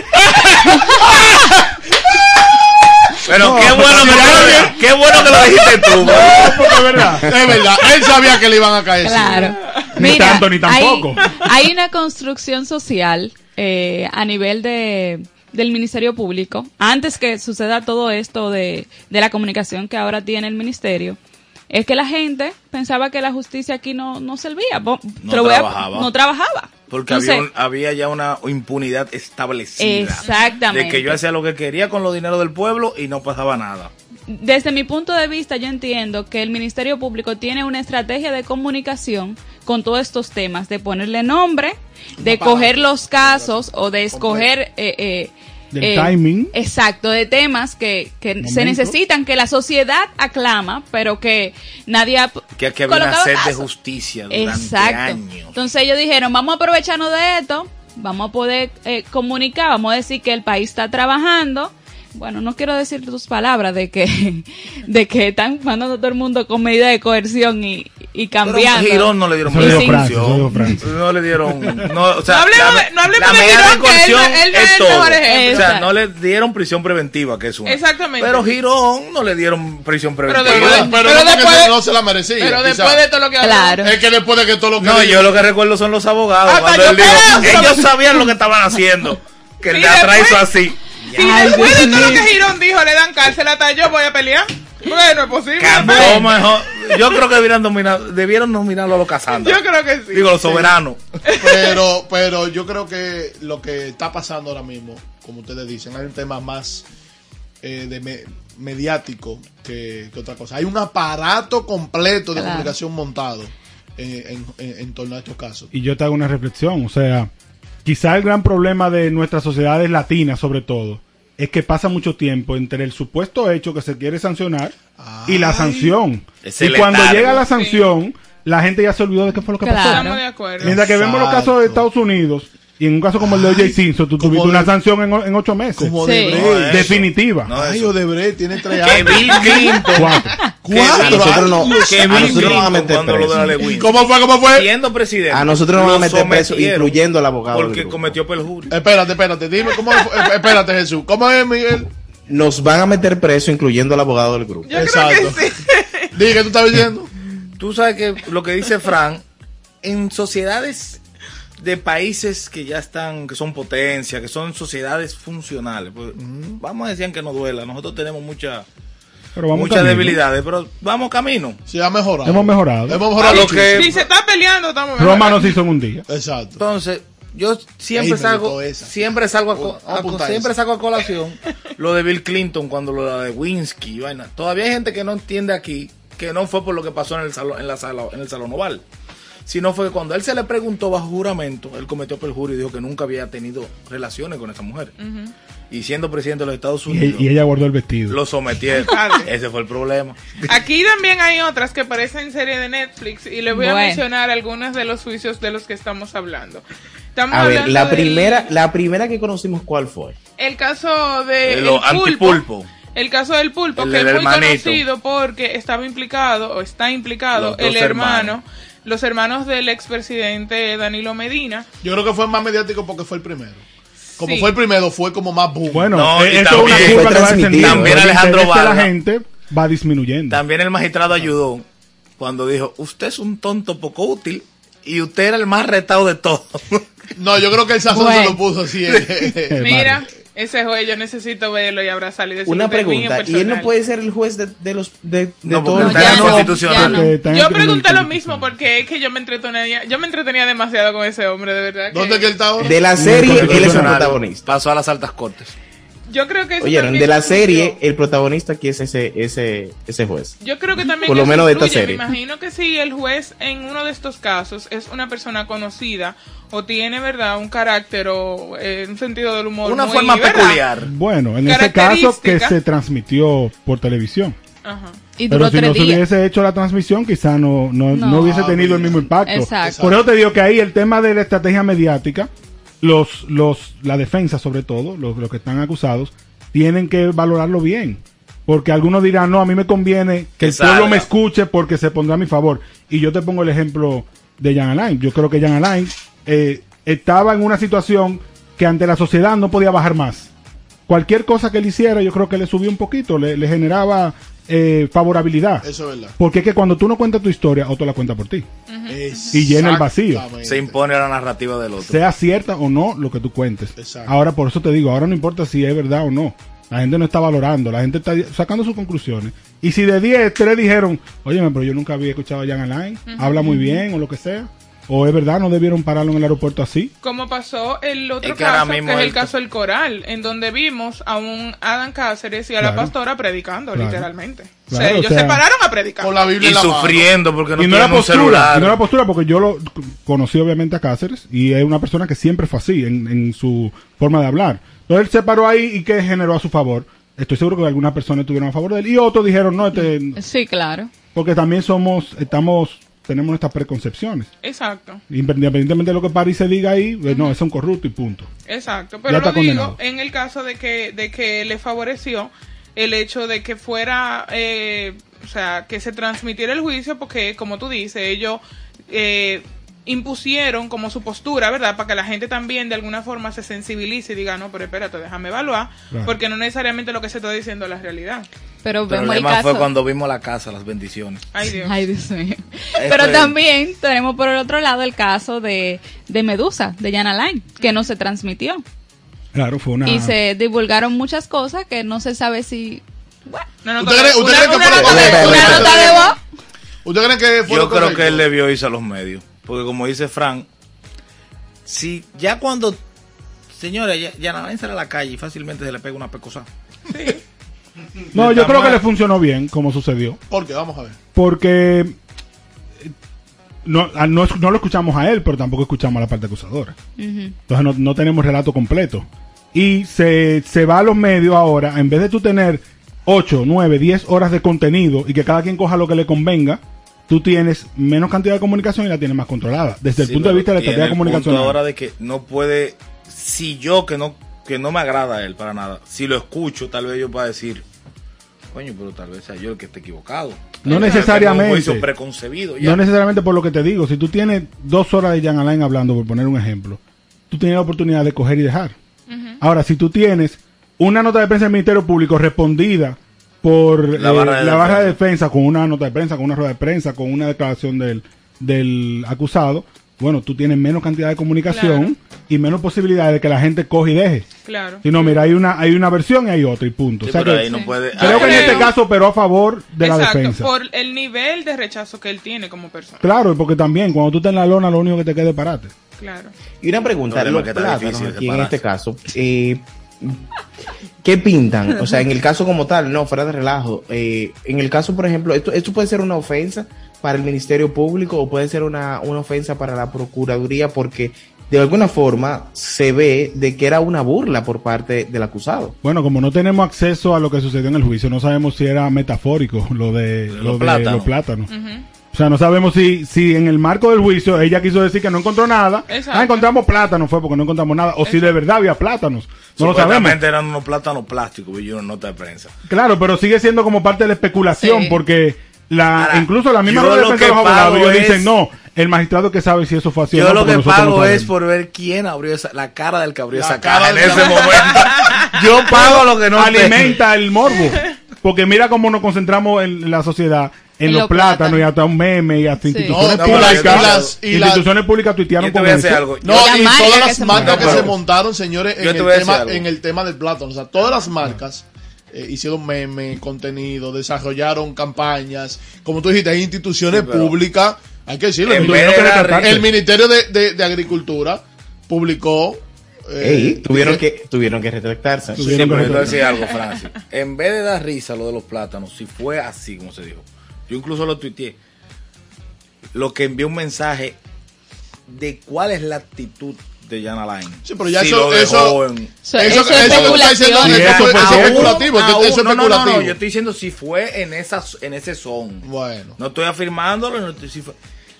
[SPEAKER 8] Pero qué bueno que lo- qué bueno que lo dijiste tú. man.
[SPEAKER 9] Porque es verdad.
[SPEAKER 3] Es verdad, él sabía que le iban a caer. sí.
[SPEAKER 7] claro.
[SPEAKER 9] Ni tanto, ni tampoco.
[SPEAKER 7] Hay, hay una construcción social eh, a nivel de del Ministerio Público, antes que suceda todo esto de, de la comunicación que ahora tiene el Ministerio, es que la gente pensaba que la justicia aquí no, no servía. Bo-
[SPEAKER 8] No
[SPEAKER 7] te lo voy a-
[SPEAKER 8] trabajaba.
[SPEAKER 7] no trabajaba.
[SPEAKER 8] Porque
[SPEAKER 7] Entonces,
[SPEAKER 8] había, un- había ya una impunidad establecida.
[SPEAKER 7] Exactamente.
[SPEAKER 8] De que yo hacía lo que quería con los dineros del pueblo y no pasaba nada.
[SPEAKER 7] Desde mi punto de vista, yo entiendo que el Ministerio Público tiene una estrategia de comunicación con todos estos temas, de ponerle nombre, de coger los casos o de escoger... eh, eh,
[SPEAKER 9] Del timing.
[SPEAKER 7] Exacto, de temas que, que
[SPEAKER 9] Momento.
[SPEAKER 7] se necesitan, que la sociedad aclama, pero que nadie ha
[SPEAKER 8] Que aquí había una
[SPEAKER 7] colocado "Ah,
[SPEAKER 8] sed de
[SPEAKER 7] casos.
[SPEAKER 8] justicia durante
[SPEAKER 7] Exacto.
[SPEAKER 8] años.
[SPEAKER 7] Entonces ellos dijeron, vamos a aprovecharnos de esto, vamos a poder eh, comunicar, vamos a decir que el país está trabajando. Bueno, no quiero decir tus palabras de que, de que están mandando a todo el mundo con medida de coerción y, y
[SPEAKER 8] Pero
[SPEAKER 7] cambiando.
[SPEAKER 8] a Girón no le dieron
[SPEAKER 9] Eso dijo
[SPEAKER 7] sí.
[SPEAKER 9] Francia, eso dijo Francia.
[SPEAKER 8] No le dieron. No, o sea,
[SPEAKER 5] No hablemos de- no hablemos de
[SPEAKER 8] medida
[SPEAKER 5] Girón, que él no-
[SPEAKER 8] coerción
[SPEAKER 5] él no es el
[SPEAKER 8] todo.
[SPEAKER 5] mejor ejemplo.
[SPEAKER 8] O sea,
[SPEAKER 7] Exacto.
[SPEAKER 8] no le dieron prisión preventiva, que es una.
[SPEAKER 5] Exactamente.
[SPEAKER 8] Pero Girón no le dieron prisión
[SPEAKER 5] Pero
[SPEAKER 8] preventiva.
[SPEAKER 5] después,
[SPEAKER 3] Pero,
[SPEAKER 5] pero
[SPEAKER 3] no porque
[SPEAKER 5] después,
[SPEAKER 3] se- no se la merecía.
[SPEAKER 5] pero
[SPEAKER 3] quizá.
[SPEAKER 5] después de todo lo que habló,
[SPEAKER 7] Claro.
[SPEAKER 3] Es que después de que todo lo que.
[SPEAKER 8] No,
[SPEAKER 3] dijo-
[SPEAKER 8] yo lo que recuerdo son los abogados.
[SPEAKER 5] Hasta
[SPEAKER 8] cuando
[SPEAKER 5] Ah, yo
[SPEAKER 8] él dijo,
[SPEAKER 5] creo.
[SPEAKER 8] ellos sabían lo que estaban haciendo. Que
[SPEAKER 5] Sí,
[SPEAKER 8] el teatro
[SPEAKER 5] después-
[SPEAKER 8] hizo así.
[SPEAKER 5] eh, Si
[SPEAKER 7] Ay,
[SPEAKER 5] después de
[SPEAKER 7] Dios
[SPEAKER 5] todo lo
[SPEAKER 7] mío.
[SPEAKER 5] que Girón dijo le dan cárcel, hasta yo voy a pelear. Bueno, es posible.
[SPEAKER 8] Cambió mejor. Yo creo que debieran, dominar, debieron nominarlo a los Casandra.
[SPEAKER 5] Yo creo que sí.
[SPEAKER 8] Digo, los soberanos.
[SPEAKER 3] pero, pero yo creo que lo que está pasando ahora mismo, como ustedes dicen, hay un tema más eh, de me- mediático que, que otra cosa. Hay un aparato completo de
[SPEAKER 7] Claro.
[SPEAKER 3] comunicación montado eh, en, en- en torno a estos casos.
[SPEAKER 9] Y yo te hago una reflexión, o sea, quizá el gran problema de nuestras sociedades latinas, sobre todo, es que pasa mucho tiempo entre el supuesto hecho que se quiere sancionar y la
[SPEAKER 3] Ay.
[SPEAKER 9] sanción.
[SPEAKER 8] Ese
[SPEAKER 9] Y cuando
[SPEAKER 8] letargo.
[SPEAKER 9] llega la sanción, la gente ya se olvidó de qué fue lo que
[SPEAKER 7] Claro.
[SPEAKER 9] pasó.
[SPEAKER 5] Estamos de acuerdo.
[SPEAKER 9] Mientras que vemos los casos de
[SPEAKER 3] Exacto.
[SPEAKER 9] Estados Unidos, y en un caso como el de
[SPEAKER 3] Ay,
[SPEAKER 9] O.J. Simpson, tú
[SPEAKER 3] como
[SPEAKER 9] tuviste
[SPEAKER 3] de-
[SPEAKER 9] una sanción en, o- en ocho meses.
[SPEAKER 3] Como
[SPEAKER 7] Sí.
[SPEAKER 3] Odebrecht.
[SPEAKER 8] eso.
[SPEAKER 9] Definitiva.
[SPEAKER 8] No,
[SPEAKER 3] Ay,
[SPEAKER 8] eso.
[SPEAKER 3] Odebrecht tiene tres
[SPEAKER 8] Que
[SPEAKER 3] años.
[SPEAKER 8] Bill Clinton.
[SPEAKER 9] Cuatro.
[SPEAKER 6] A nosotros no,
[SPEAKER 3] años.
[SPEAKER 8] Que
[SPEAKER 6] a
[SPEAKER 8] Bill
[SPEAKER 6] nosotros no van a
[SPEAKER 8] Clinton
[SPEAKER 6] meter
[SPEAKER 8] cuando lo de la
[SPEAKER 6] preso.
[SPEAKER 8] Lewin.
[SPEAKER 3] ¿Cómo fue? ¿Cómo fue?
[SPEAKER 8] Siendo presidente.
[SPEAKER 6] A nosotros nos
[SPEAKER 8] lo
[SPEAKER 6] van a meter preso,
[SPEAKER 8] sometieron
[SPEAKER 6] incluyendo al abogado del
[SPEAKER 8] Porque
[SPEAKER 6] grupo.
[SPEAKER 8] cometió perjurio.
[SPEAKER 3] Espérate, espérate, dime cómo fue- eh, Espérate, Jesús. ¿Cómo es, Miguel?
[SPEAKER 6] Nos van a meter preso, incluyendo al abogado del grupo.
[SPEAKER 5] Yo creo
[SPEAKER 3] Exacto.
[SPEAKER 5] que sí.
[SPEAKER 3] Dime, ¿qué tú estás diciendo?
[SPEAKER 8] Tú sabes que lo que dice Fran, en sociedades de países que ya están, que son potencia, que son sociedades funcionales, pues, vamos a decir que no duela, nosotros tenemos mucha,
[SPEAKER 9] Pero vamos
[SPEAKER 8] muchas
[SPEAKER 9] camino.
[SPEAKER 8] debilidades, pero vamos camino.
[SPEAKER 3] Se ha mejorado.
[SPEAKER 9] Hemos mejorado.
[SPEAKER 3] Hemos
[SPEAKER 8] A
[SPEAKER 3] mejorado.
[SPEAKER 8] lo
[SPEAKER 3] mucho.
[SPEAKER 8] que,
[SPEAKER 5] Si se está peleando, estamos
[SPEAKER 9] Roma nos hizo en un día.
[SPEAKER 3] Exacto.
[SPEAKER 8] entonces, yo
[SPEAKER 3] Ey,
[SPEAKER 8] siempre
[SPEAKER 3] me
[SPEAKER 8] salgo,
[SPEAKER 3] gustó esa.
[SPEAKER 8] siempre salgo a, co-
[SPEAKER 3] Vamos a
[SPEAKER 8] a co-
[SPEAKER 3] apuntar
[SPEAKER 8] siempre
[SPEAKER 3] esa.
[SPEAKER 8] saco a colación lo de Bill Clinton cuando lo de Winsky, y vaina. Todavía hay gente que no entiende aquí que no fue por lo que pasó en el salón, en la sala, en el salón oval. sino fue que cuando a él se le preguntó bajo juramento, él cometió perjurio y dijo que nunca había tenido relaciones con esa mujer. Y siendo presidente de los Estados
[SPEAKER 9] Y,
[SPEAKER 8] Unidos,
[SPEAKER 9] y ella guardó el vestido.
[SPEAKER 8] lo sometieron. Ese fue el problema.
[SPEAKER 5] Aquí también hay otras que parecen serie de Netflix y les voy a
[SPEAKER 7] Bueno.
[SPEAKER 5] mencionar algunos de los juicios de los que estamos hablando. Estamos
[SPEAKER 6] A ver,
[SPEAKER 5] hablando
[SPEAKER 6] la
[SPEAKER 5] del-
[SPEAKER 6] primera, la primera que conocimos, ¿cuál fue?
[SPEAKER 5] El caso de
[SPEAKER 8] De
[SPEAKER 5] el
[SPEAKER 8] los
[SPEAKER 5] pulpo.
[SPEAKER 8] antipulpo.
[SPEAKER 5] El caso del pulpo,
[SPEAKER 8] El
[SPEAKER 5] que es
[SPEAKER 8] del
[SPEAKER 5] muy
[SPEAKER 8] hermanito.
[SPEAKER 5] conocido porque estaba implicado o está implicado
[SPEAKER 8] Los dos
[SPEAKER 5] el hermano,
[SPEAKER 8] hermanos.
[SPEAKER 5] los hermanos del expresidente Danilo Medina.
[SPEAKER 3] Yo creo que fue más mediático porque fue el primero. Como
[SPEAKER 5] Sí.
[SPEAKER 3] fue el primero, fue como más boom.
[SPEAKER 9] Bueno,
[SPEAKER 8] No,
[SPEAKER 9] eh,
[SPEAKER 8] y
[SPEAKER 9] esto es
[SPEAKER 8] también-
[SPEAKER 9] una curva que va
[SPEAKER 6] También
[SPEAKER 9] descendiendo.
[SPEAKER 8] Alejandro
[SPEAKER 9] El interés de
[SPEAKER 8] Vargas.
[SPEAKER 9] la gente va disminuyendo.
[SPEAKER 8] También el magistrado ayudó cuando dijo, usted es un tonto poco útil y usted era el más retado de todos.
[SPEAKER 3] No, yo creo que el sazón
[SPEAKER 7] Bueno.
[SPEAKER 3] se lo puso así. eh.
[SPEAKER 9] Eh,
[SPEAKER 5] Mira,
[SPEAKER 9] vale.
[SPEAKER 5] ese juez yo necesito verlo y abrazarlo y decirle
[SPEAKER 6] Una
[SPEAKER 5] "Usted es mío
[SPEAKER 6] pregunta, ¿y él no
[SPEAKER 5] personal".
[SPEAKER 6] puede ser el juez de, de los de, de
[SPEAKER 8] No,
[SPEAKER 6] todos
[SPEAKER 8] porque
[SPEAKER 6] los
[SPEAKER 7] No,
[SPEAKER 8] está
[SPEAKER 7] ya
[SPEAKER 8] en
[SPEAKER 7] no,
[SPEAKER 8] la constitución.
[SPEAKER 7] ya no.
[SPEAKER 9] Porque están
[SPEAKER 5] Yo
[SPEAKER 9] escribiendo
[SPEAKER 5] pregunté lo
[SPEAKER 9] el
[SPEAKER 5] mismo
[SPEAKER 9] Constitucional.
[SPEAKER 5] porque es que yo me entretenía, yo me entretenía demasiado con ese hombre, de verdad. que-
[SPEAKER 3] ¿Dónde es que él está ahora?
[SPEAKER 6] de la serie, él es el
[SPEAKER 9] Constitucional.
[SPEAKER 6] protagonista.
[SPEAKER 8] Pasó a las altas cortes.
[SPEAKER 5] Yo creo que eso
[SPEAKER 6] Oyeron,
[SPEAKER 5] también
[SPEAKER 6] de la
[SPEAKER 5] influyó.
[SPEAKER 6] serie, el protagonista aquí es ese, ese, ese juez.
[SPEAKER 5] Yo creo que también
[SPEAKER 6] Por lo
[SPEAKER 5] eso
[SPEAKER 6] menos de esta
[SPEAKER 5] influye.
[SPEAKER 6] serie.
[SPEAKER 5] Me imagino que si el juez en uno de estos casos es una persona conocida o tiene, ¿verdad?, un carácter o eh, un sentido del humor.
[SPEAKER 8] Una
[SPEAKER 5] muy,
[SPEAKER 8] forma
[SPEAKER 5] ¿verdad?
[SPEAKER 8] peculiar.
[SPEAKER 9] Bueno, en este caso que
[SPEAKER 5] Característica.
[SPEAKER 9] se transmitió por televisión.
[SPEAKER 5] Ajá.
[SPEAKER 7] Y
[SPEAKER 9] Pero
[SPEAKER 7] duró
[SPEAKER 9] si
[SPEAKER 7] tres
[SPEAKER 9] no se
[SPEAKER 7] días.
[SPEAKER 9] hubiese hecho la transmisión, quizá no, no,
[SPEAKER 7] No.
[SPEAKER 9] no hubiese tenido el mismo impacto.
[SPEAKER 7] Exacto.
[SPEAKER 9] Por eso te digo que ahí el tema de la estrategia mediática, los, los, la defensa sobre todo, los, los que están acusados, tienen que valorarlo bien. Porque algunos dirán, no, a mí me conviene que
[SPEAKER 8] Que
[SPEAKER 9] el pueblo
[SPEAKER 8] salga.
[SPEAKER 9] me escuche porque se pondrá a mi favor. Y yo te pongo el ejemplo de Jan Alain. Yo creo que Jan Alain eh, estaba en una situación que ante la sociedad no podía bajar más cualquier cosa que él hiciera, yo creo que le subía un poquito, le, le generaba eh, favorabilidad.
[SPEAKER 3] Eso es verdad.
[SPEAKER 9] Porque es que cuando tú no cuentas tu historia, otro la cuenta por ti.
[SPEAKER 3] Y
[SPEAKER 9] llena el vacío.
[SPEAKER 8] Se impone a la narrativa del otro.
[SPEAKER 9] Sea cierta o no lo que tú cuentes.
[SPEAKER 3] Exacto.
[SPEAKER 9] Ahora, por eso te digo, ahora no importa si es verdad o no. La gente no está valorando, la gente está sacando sus conclusiones. Y si de 10, 3 dijeron, oye, pero yo nunca había escuchado a Jan Alain, habla muy bien o lo que sea. O es verdad, no debieron pararlo en el aeropuerto así.
[SPEAKER 5] Como pasó el otro
[SPEAKER 8] Es que ahora
[SPEAKER 5] caso, que
[SPEAKER 8] mismo
[SPEAKER 5] es el
[SPEAKER 8] el-
[SPEAKER 5] caso del coral, en donde vimos a un Adam Cáceres y a la
[SPEAKER 9] Claro.
[SPEAKER 5] pastora predicando,
[SPEAKER 9] Claro.
[SPEAKER 5] literalmente. o sea,
[SPEAKER 9] Claro, o
[SPEAKER 5] ellos
[SPEAKER 9] sea-
[SPEAKER 5] se pararon a predicar.
[SPEAKER 3] Con la Biblia
[SPEAKER 8] Y
[SPEAKER 3] en la mano.
[SPEAKER 8] sufriendo porque no
[SPEAKER 9] y no era
[SPEAKER 8] tienen un
[SPEAKER 9] postura,
[SPEAKER 8] celular.
[SPEAKER 9] y no era postura porque yo lo c- conocí obviamente a Cáceres y es una persona que siempre fue así en, en su forma de hablar. Entonces él se paró ahí y que generó a su favor. Estoy seguro que algunas personas estuvieron a favor de él y otros dijeron no, este-
[SPEAKER 7] Sí, claro.
[SPEAKER 9] porque también somos, estamos, tenemos nuestras preconcepciones.
[SPEAKER 5] Exacto.
[SPEAKER 9] Independientemente de lo que París se diga ahí, eh, no, es un corrupto y punto.
[SPEAKER 5] Exacto,
[SPEAKER 9] Ya
[SPEAKER 5] pero
[SPEAKER 9] está
[SPEAKER 5] lo digo
[SPEAKER 9] condenado.
[SPEAKER 5] en el caso de que, de que le favoreció el hecho de que fuera eh, o sea, que se transmitiera el juicio porque, como tú dices, ellos eh, impusieron como su postura, ¿verdad? Para que la gente también de alguna forma se sensibilice y diga, no, pero espérate, déjame evaluar,
[SPEAKER 9] Claro.
[SPEAKER 5] porque no necesariamente lo que se está diciendo es la realidad.
[SPEAKER 7] Pero
[SPEAKER 8] El
[SPEAKER 7] vemos el
[SPEAKER 8] problema
[SPEAKER 7] caso.
[SPEAKER 8] fue cuando vimos la casa, las bendiciones.
[SPEAKER 5] Ay, Dios.
[SPEAKER 7] Ay, Dios mío. Pero
[SPEAKER 8] es-
[SPEAKER 7] también tenemos por el otro lado el caso de, de Medusa, de Yana Line, que no se transmitió.
[SPEAKER 9] Claro, fue una.
[SPEAKER 7] Y se divulgaron muchas cosas que no se sabe si.
[SPEAKER 5] No, no,
[SPEAKER 3] ¿Usted
[SPEAKER 5] todo-
[SPEAKER 3] cree- usted
[SPEAKER 5] una-
[SPEAKER 3] cree que
[SPEAKER 5] una
[SPEAKER 3] fue-
[SPEAKER 5] nota de-
[SPEAKER 7] Una
[SPEAKER 8] Una
[SPEAKER 7] nota de voz.
[SPEAKER 3] ¿Ustedes creen que fue
[SPEAKER 8] Yo
[SPEAKER 3] lo
[SPEAKER 8] creo
[SPEAKER 3] correcto?
[SPEAKER 8] que él le vio irse a los medios. Porque como dice Frank, si ya cuando... Señores, ya, ya Nalain sale a la calle y fácilmente se le pega una pecosa.
[SPEAKER 9] no, yo
[SPEAKER 8] está
[SPEAKER 9] creo que
[SPEAKER 8] mal.
[SPEAKER 9] le funcionó bien, como sucedió.
[SPEAKER 3] ¿Por qué? Vamos a ver.
[SPEAKER 9] Porque. eh, No, ah, no, es- no lo escuchamos a él, pero tampoco escuchamos a la parte acusadora.
[SPEAKER 7] Ujú.
[SPEAKER 9] Entonces no, no tenemos relato completo. Y se, se va a los medios ahora, en vez de tú tener 8, 9, 10 horas de contenido y que cada quien coja lo que le convenga, tú tienes menos cantidad de comunicación y la tienes más controlada. Desde el
[SPEAKER 8] Sí,
[SPEAKER 9] punto de
[SPEAKER 8] pero
[SPEAKER 9] vista de la
[SPEAKER 8] tiene
[SPEAKER 9] estrategia
[SPEAKER 8] el punto
[SPEAKER 9] comunicacional.
[SPEAKER 8] ahora de que no puede... Si yo, que no, que no me agrada a él para nada, si lo escucho, tal vez yo pueda decir... Coño, pero tal vez sea yo el que esté equivocado. Tal
[SPEAKER 9] No
[SPEAKER 8] vez yo tengo
[SPEAKER 9] necesariamente.
[SPEAKER 8] Un juicio preconcebido. ya.
[SPEAKER 9] No necesariamente por lo que te digo, si tú tienes dos horas de Jan Alain hablando, por poner un ejemplo, tú tienes la oportunidad de coger y dejar. Ahora, si tú tienes una nota de prensa del Ministerio Público respondida por
[SPEAKER 8] La
[SPEAKER 9] eh,
[SPEAKER 8] barra de
[SPEAKER 9] la barra de
[SPEAKER 8] defensa.
[SPEAKER 9] defensa, con una nota de prensa, con una rueda de prensa, con una declaración del, del acusado, bueno, tú tienes menos cantidad de comunicación y menos posibilidades de que la gente coge y deje.
[SPEAKER 5] Claro.
[SPEAKER 9] Si no, mira, hay una, hay una versión y hay otra y punto.
[SPEAKER 8] Sí,
[SPEAKER 9] O sea
[SPEAKER 8] pero
[SPEAKER 9] que
[SPEAKER 8] ahí no puede...
[SPEAKER 9] creo
[SPEAKER 8] ahí-
[SPEAKER 9] que en este
[SPEAKER 5] Creo-
[SPEAKER 9] caso pero a favor de la
[SPEAKER 5] Exacto,
[SPEAKER 9] defensa.
[SPEAKER 5] por el nivel de rechazo que él tiene como persona.
[SPEAKER 9] Claro, y porque también cuando tú estás en la lona, lo único que te queda es pararte.
[SPEAKER 5] Claro.
[SPEAKER 6] Y una pregunta,
[SPEAKER 8] No, de
[SPEAKER 6] los
[SPEAKER 8] maqueta
[SPEAKER 6] plátanos
[SPEAKER 8] difícil,
[SPEAKER 6] aquí en
[SPEAKER 8] separarse.
[SPEAKER 6] este caso, eh, ¿qué pintan? O sea, en el caso como tal, no, fuera de relajo. eh, en el caso, por ejemplo, esto, esto puede ser una ofensa para el Ministerio Público o puede ser una, una ofensa para la Procuraduría porque de alguna forma se ve de que era una burla por parte del acusado.
[SPEAKER 9] Bueno, como no tenemos acceso a lo que sucedió en el juicio, no sabemos si era metafórico lo de,
[SPEAKER 8] Los
[SPEAKER 9] lo de
[SPEAKER 8] plátanos. Mm.
[SPEAKER 9] los plátanos.
[SPEAKER 5] Ujú.
[SPEAKER 9] O sea, no sabemos si, si en el marco del juicio ella quiso decir que no encontró nada.
[SPEAKER 5] Exacto.
[SPEAKER 9] Ah, encontramos plátanos, fue porque no encontramos nada. O si de verdad había plátanos. No lo sabemos.
[SPEAKER 8] Supuestamente eran unos plátanos plásticos, y una nota de prensa.
[SPEAKER 9] Claro, pero sigue siendo como parte de la especulación,
[SPEAKER 7] Sí.
[SPEAKER 9] porque la,
[SPEAKER 8] Ahora,
[SPEAKER 9] incluso la misma
[SPEAKER 8] yo
[SPEAKER 9] rueda de
[SPEAKER 8] lo
[SPEAKER 9] prensa
[SPEAKER 8] que
[SPEAKER 9] de los abogados,
[SPEAKER 8] pago
[SPEAKER 9] ellos
[SPEAKER 8] es-
[SPEAKER 9] dicen, no, el magistrado que sabe si eso fue así o
[SPEAKER 8] Yo
[SPEAKER 9] no,
[SPEAKER 8] lo
[SPEAKER 9] porque
[SPEAKER 8] que
[SPEAKER 9] nosotros no
[SPEAKER 8] pago es
[SPEAKER 9] sabemos".
[SPEAKER 8] por ver quién abrió esa, la cara del que abrió
[SPEAKER 3] La
[SPEAKER 8] esa
[SPEAKER 3] cara
[SPEAKER 8] cara en
[SPEAKER 3] del-
[SPEAKER 8] ese momento. Yo pago lo que no
[SPEAKER 3] Ah,
[SPEAKER 8] sé.
[SPEAKER 3] pues.
[SPEAKER 9] alimenta el morbo. Porque mira cómo nos concentramos en la sociedad, en,
[SPEAKER 7] En
[SPEAKER 9] los
[SPEAKER 7] los
[SPEAKER 9] plátanos
[SPEAKER 7] plátanos.
[SPEAKER 9] y hasta un meme y hasta
[SPEAKER 7] Sí.
[SPEAKER 9] instituciones
[SPEAKER 3] No, no,
[SPEAKER 9] públicas.
[SPEAKER 3] pero las- y las-
[SPEAKER 9] instituciones públicas tuitearon
[SPEAKER 8] Yo te
[SPEAKER 9] con
[SPEAKER 8] voy a decir
[SPEAKER 9] eso.
[SPEAKER 8] algo.
[SPEAKER 3] No,
[SPEAKER 8] Yo-
[SPEAKER 7] la
[SPEAKER 3] y
[SPEAKER 7] marca
[SPEAKER 3] todas
[SPEAKER 7] que
[SPEAKER 3] las
[SPEAKER 7] se
[SPEAKER 3] marcas
[SPEAKER 8] montaron.
[SPEAKER 3] que se montaron, señores, en
[SPEAKER 8] Yo te
[SPEAKER 3] el,
[SPEAKER 8] voy a decir
[SPEAKER 3] tema,
[SPEAKER 8] algo.
[SPEAKER 3] en el tema del plátano. O sea, todas las marcas eh, hicieron memes, contenido, desarrollaron campañas. Como tú dijiste, hay instituciones
[SPEAKER 8] Sí, pero-
[SPEAKER 3] públicas. Hay que decirlo.
[SPEAKER 8] en
[SPEAKER 9] tú
[SPEAKER 3] El,
[SPEAKER 8] vez
[SPEAKER 9] tuvieron que
[SPEAKER 8] de dar-
[SPEAKER 9] retratar.
[SPEAKER 8] el-
[SPEAKER 3] Ministerio de, de- de Agricultura publicó.
[SPEAKER 6] Ey,
[SPEAKER 3] eh,
[SPEAKER 6] tuvieron que, tuvieron que retractarse.
[SPEAKER 9] Sí.
[SPEAKER 8] Sí, pero yo te voy a
[SPEAKER 9] retratar.
[SPEAKER 8] decir algo, Francis. En vez de dar risa lo de los plátanos, si fue así como se dijo, yo incluso lo tuiteé, lo que envió un mensaje de cuál es la actitud de Jan Alain.
[SPEAKER 3] Sí, pero ya
[SPEAKER 8] Si
[SPEAKER 3] eso-
[SPEAKER 8] lo dejó
[SPEAKER 3] eso-
[SPEAKER 8] en-
[SPEAKER 7] Eso, eso es
[SPEAKER 3] que tú estás diciendo,
[SPEAKER 7] especulación.
[SPEAKER 9] Sí,
[SPEAKER 3] eso
[SPEAKER 9] eso
[SPEAKER 3] fue-
[SPEAKER 9] fue-
[SPEAKER 8] Ah,
[SPEAKER 3] eso es
[SPEAKER 9] aún-
[SPEAKER 3] especulativo.
[SPEAKER 8] aún-
[SPEAKER 3] Eso
[SPEAKER 8] no,
[SPEAKER 3] es
[SPEAKER 8] no, no, no, yo
[SPEAKER 3] especulativo.
[SPEAKER 8] estoy diciendo si fue en, esa, en ese son.
[SPEAKER 3] Bueno.
[SPEAKER 8] No estoy afirmándolo, no estoy- si fue-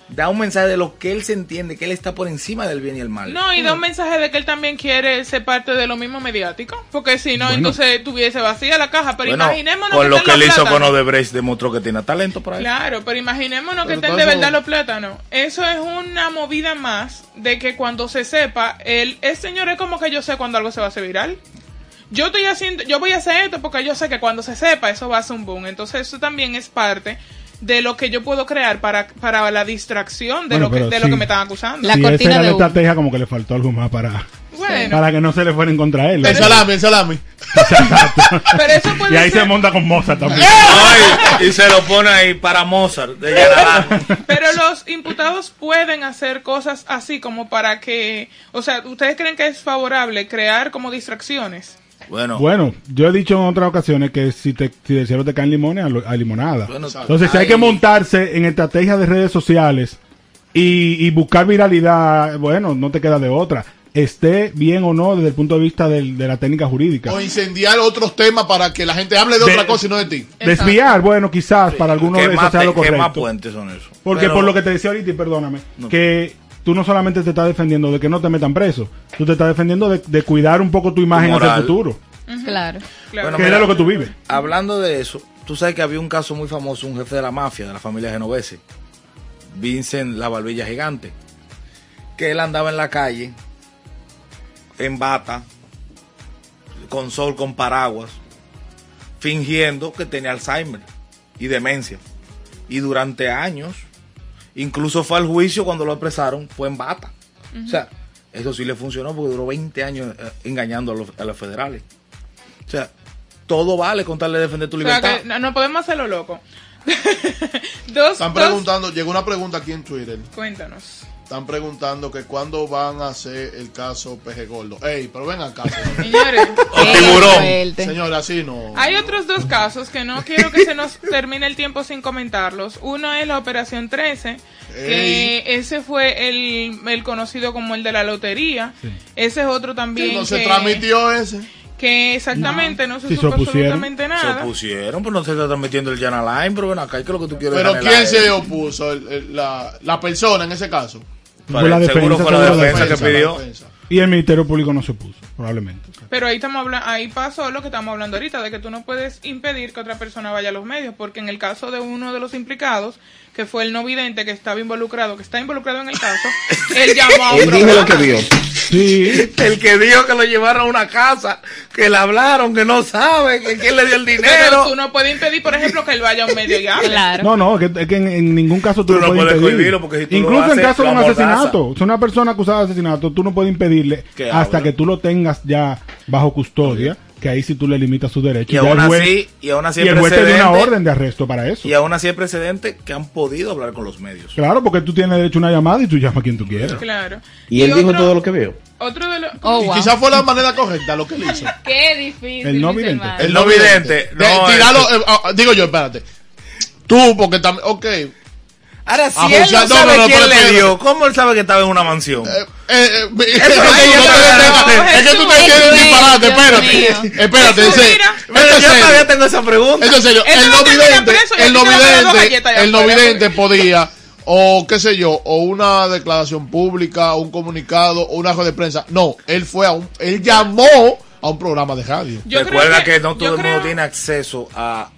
[SPEAKER 8] da un mensaje de lo que él se entiende, que él está por encima del bien y el mal.
[SPEAKER 5] No, y da un mensaje de que él también quiere ser parte de lo mismo mediático, porque si no,
[SPEAKER 9] Bueno.
[SPEAKER 5] entonces tuviese vacía la caja, pero
[SPEAKER 8] Bueno,
[SPEAKER 5] imaginémonos
[SPEAKER 8] con lo
[SPEAKER 5] estén
[SPEAKER 8] que él
[SPEAKER 5] los
[SPEAKER 8] hizo con
[SPEAKER 5] plátanos.
[SPEAKER 8] Odebrecht demostró que tiene talento para él.
[SPEAKER 5] Claro, pero imaginémonos que
[SPEAKER 8] Pero
[SPEAKER 5] estén
[SPEAKER 8] todo
[SPEAKER 5] de
[SPEAKER 8] eso-
[SPEAKER 5] verdad los plátanos. Eso es una movida más de que cuando se sepa, el, es señor es como que yo sé cuando algo se va a hacer viral. Yo estoy haciendo, yo voy a hacer esto porque yo sé que cuando se sepa eso va a ser un boom. Entonces eso también es parte de lo que yo puedo crear para, para la distracción de
[SPEAKER 9] Bueno,
[SPEAKER 5] lo que,
[SPEAKER 9] pero
[SPEAKER 5] de lo que
[SPEAKER 9] sí.
[SPEAKER 5] me están acusando.
[SPEAKER 7] La
[SPEAKER 9] Si esa
[SPEAKER 7] cortina
[SPEAKER 9] era
[SPEAKER 7] de
[SPEAKER 9] la
[SPEAKER 7] humo.
[SPEAKER 9] estrategia, como que le faltó algo más para,
[SPEAKER 5] Bueno,
[SPEAKER 9] para que no se le fueran contra él.
[SPEAKER 3] El salami, el salami.
[SPEAKER 5] pero eso puede
[SPEAKER 9] Y ahí
[SPEAKER 5] ser-
[SPEAKER 9] se monta con Mozart
[SPEAKER 7] Eh,
[SPEAKER 9] también.
[SPEAKER 8] y se lo pone ahí para Mozart de
[SPEAKER 5] Pero los imputados pueden hacer cosas así como para que, o sea, ¿ustedes creen que es favorable crear como distracciones?
[SPEAKER 8] Bueno,
[SPEAKER 9] Bueno, yo he dicho en otras ocasiones que si, te, si del cielo te caen limones, a, lo- a limonada.
[SPEAKER 8] Bueno,
[SPEAKER 9] Entonces, si hay
[SPEAKER 8] ay.
[SPEAKER 9] que montarse en estrategias de redes sociales y, y buscar viralidad, bueno, no te queda de otra. Esté bien o no desde el punto de vista del- de la técnica jurídica.
[SPEAKER 3] O incendiar otros temas para que la gente hable de,
[SPEAKER 9] De-
[SPEAKER 3] otra cosa y no de ti.
[SPEAKER 9] Desviar, bueno, quizás para algunos
[SPEAKER 8] ¿qué
[SPEAKER 9] eso
[SPEAKER 8] más
[SPEAKER 9] sea
[SPEAKER 8] te-
[SPEAKER 9] lo
[SPEAKER 8] qué más
[SPEAKER 9] correcto.
[SPEAKER 8] puentes son esos?
[SPEAKER 9] Porque
[SPEAKER 8] Pero-
[SPEAKER 9] por lo que te decía ahorita, y perdóname,
[SPEAKER 8] No.
[SPEAKER 9] que tú no solamente te estás defendiendo de que no te metan preso, tú te estás defendiendo de, de cuidar un poco tu imagen hacia el
[SPEAKER 8] moral.
[SPEAKER 9] futuro,
[SPEAKER 7] Claro.
[SPEAKER 5] Claro.
[SPEAKER 8] Bueno,
[SPEAKER 9] que
[SPEAKER 8] mira,
[SPEAKER 9] era lo que tú vives.
[SPEAKER 8] Hablando de eso, Tú sabes que había un caso muy famoso, un jefe de la mafia, de la familia genovese, Vincent La Barbilla Gigante, que él andaba en la calle, en bata, con sol, con paraguas, fingiendo que tenía Alzheimer y demencia. Y durante años, incluso fue al juicio cuando lo apresaron, fue en bata. O sea, eso sí le funcionó porque duró 20 años eh, engañando a los, a los federales. O sea, todo vale con tal de defender tu
[SPEAKER 5] O sea,
[SPEAKER 8] libertad.
[SPEAKER 5] que no, no podemos hacerlo loco. dos,
[SPEAKER 3] Están
[SPEAKER 5] dos-
[SPEAKER 3] preguntando, llegó una pregunta aquí en Twitter.
[SPEAKER 5] Cuéntanos.
[SPEAKER 3] Están preguntando que cuándo van a hacer el caso Peje Gordo. Ey, pero ven acá.
[SPEAKER 5] Señores, eh,
[SPEAKER 8] O tiburón.
[SPEAKER 3] Señora, así no.
[SPEAKER 5] hay otros dos casos que no quiero que se nos termine el tiempo sin comentarlos. Uno es la Operación 13, que ese fue el, el conocido como el de la lotería. Ese es otro también.
[SPEAKER 3] no se
[SPEAKER 5] que-
[SPEAKER 3] transmitió ese.
[SPEAKER 5] que exactamente no, se
[SPEAKER 9] Sí, se
[SPEAKER 5] supo
[SPEAKER 9] opusieron.
[SPEAKER 5] absolutamente
[SPEAKER 8] Se
[SPEAKER 5] nada.
[SPEAKER 8] opusieron, pero no se está transmitiendo el Jan Line, pero ven acá, ¿qué es lo que tú quieres
[SPEAKER 3] Pero
[SPEAKER 8] ganar
[SPEAKER 3] ¿quién
[SPEAKER 8] la-
[SPEAKER 3] se opuso? El- el- la, la persona en ese caso.
[SPEAKER 9] Fue Pues la
[SPEAKER 8] Seguro
[SPEAKER 9] defensa,
[SPEAKER 8] fue la
[SPEAKER 9] fue la
[SPEAKER 8] defensa que
[SPEAKER 9] defensa.
[SPEAKER 8] pidió.
[SPEAKER 3] la defensa.
[SPEAKER 9] Y el Ministerio Público no se puso, probablemente.
[SPEAKER 5] Pero ahí estamos habla- ahí pasó lo que estamos hablando ahorita, de que tú no puedes impedir que otra persona vaya a los medios, porque en el caso de uno de los implicados, que fue el no vidente que estaba involucrado, que está involucrado en el caso, él llamó a un
[SPEAKER 6] Él dijo
[SPEAKER 5] programa.
[SPEAKER 6] lo que vio.
[SPEAKER 9] Sí,
[SPEAKER 8] El que dijo que lo llevaron a una casa, que le hablaron, que no sabe, que quién le dio el
[SPEAKER 5] Pero tú
[SPEAKER 8] dinero.
[SPEAKER 5] no puedes impedir, por ejemplo, que él vaya a un medio y hable.
[SPEAKER 7] Claro.
[SPEAKER 9] no, no, que- es que en, en ningún caso tú,
[SPEAKER 8] Tú no
[SPEAKER 9] no puedes
[SPEAKER 8] puedes
[SPEAKER 9] impedir.
[SPEAKER 8] cohibirlo, porque si tú lo
[SPEAKER 9] Incluso en
[SPEAKER 8] haces,
[SPEAKER 9] caso de
[SPEAKER 8] lo
[SPEAKER 9] un
[SPEAKER 8] amordaza.
[SPEAKER 9] asesinato, si una persona acusada de asesinato, tú no puedes impedirle
[SPEAKER 8] Que
[SPEAKER 9] hasta
[SPEAKER 8] hable.
[SPEAKER 9] que tú lo tengas ya bajo custodia, que ahí sí tú le limitas sus derechos.
[SPEAKER 8] Y
[SPEAKER 9] Ya
[SPEAKER 8] aún
[SPEAKER 9] el juez-
[SPEAKER 8] así, y aún así
[SPEAKER 9] y
[SPEAKER 8] hay
[SPEAKER 9] el juez te dio una
[SPEAKER 8] precedente-
[SPEAKER 9] orden de arresto para eso.
[SPEAKER 8] Y aún así hay precedentes que han podido hablar con los medios.
[SPEAKER 9] Claro, porque tú tienes derecho a una llamada y tú llamas a quien tú quieras.
[SPEAKER 5] Claro.
[SPEAKER 6] Y él dijo
[SPEAKER 5] otro-
[SPEAKER 6] todo lo que vio.
[SPEAKER 5] Otro de los...
[SPEAKER 7] Oh,
[SPEAKER 3] Y
[SPEAKER 7] wow.
[SPEAKER 3] quizás fue la manera correcta lo que él hizo.
[SPEAKER 7] Qué difícil.
[SPEAKER 9] El no
[SPEAKER 7] mis
[SPEAKER 9] vidente.
[SPEAKER 7] hermanos.
[SPEAKER 8] El no vidente.
[SPEAKER 3] De-
[SPEAKER 8] No,
[SPEAKER 3] tirarlo,
[SPEAKER 8] este-
[SPEAKER 3] eh, ah, ah, digo yo, espérate. Tú, porque también. Ok. eh,
[SPEAKER 8] Ahora, si
[SPEAKER 3] Ah,
[SPEAKER 8] él
[SPEAKER 3] pues ya,
[SPEAKER 8] no
[SPEAKER 3] no,
[SPEAKER 8] sabe
[SPEAKER 3] no, no,
[SPEAKER 8] quién
[SPEAKER 3] pero-
[SPEAKER 8] le dio, ¿cómo él sabe que estaba en una mansión?
[SPEAKER 3] eh, eh, es que
[SPEAKER 8] no,
[SPEAKER 3] tú
[SPEAKER 8] no,
[SPEAKER 3] te- es que tú te
[SPEAKER 7] Jesús,
[SPEAKER 3] quieres disparate,
[SPEAKER 7] Dios
[SPEAKER 3] espérate.
[SPEAKER 7] mío.
[SPEAKER 3] Espérate,
[SPEAKER 5] Jesús,
[SPEAKER 3] ese-
[SPEAKER 5] mira.
[SPEAKER 3] ese
[SPEAKER 8] Pero yo
[SPEAKER 3] serio.
[SPEAKER 8] todavía tengo esa pregunta.
[SPEAKER 3] Eso en serio,
[SPEAKER 5] Eso
[SPEAKER 3] el
[SPEAKER 5] no
[SPEAKER 3] no
[SPEAKER 5] termina
[SPEAKER 3] vidente,
[SPEAKER 5] preso, ya
[SPEAKER 3] el no
[SPEAKER 5] te quedan las dos
[SPEAKER 3] vidente,
[SPEAKER 5] galletas allá
[SPEAKER 3] el no
[SPEAKER 5] afuera.
[SPEAKER 3] vidente podía, o qué sé yo, o una declaración pública, o un comunicado, o una rueda de prensa. No, él fue a un, él llamó a un programa de radio.
[SPEAKER 5] Yo creo
[SPEAKER 8] Recuerda que, no todo
[SPEAKER 5] yo
[SPEAKER 8] el mundo
[SPEAKER 5] creo-
[SPEAKER 8] tiene acceso a,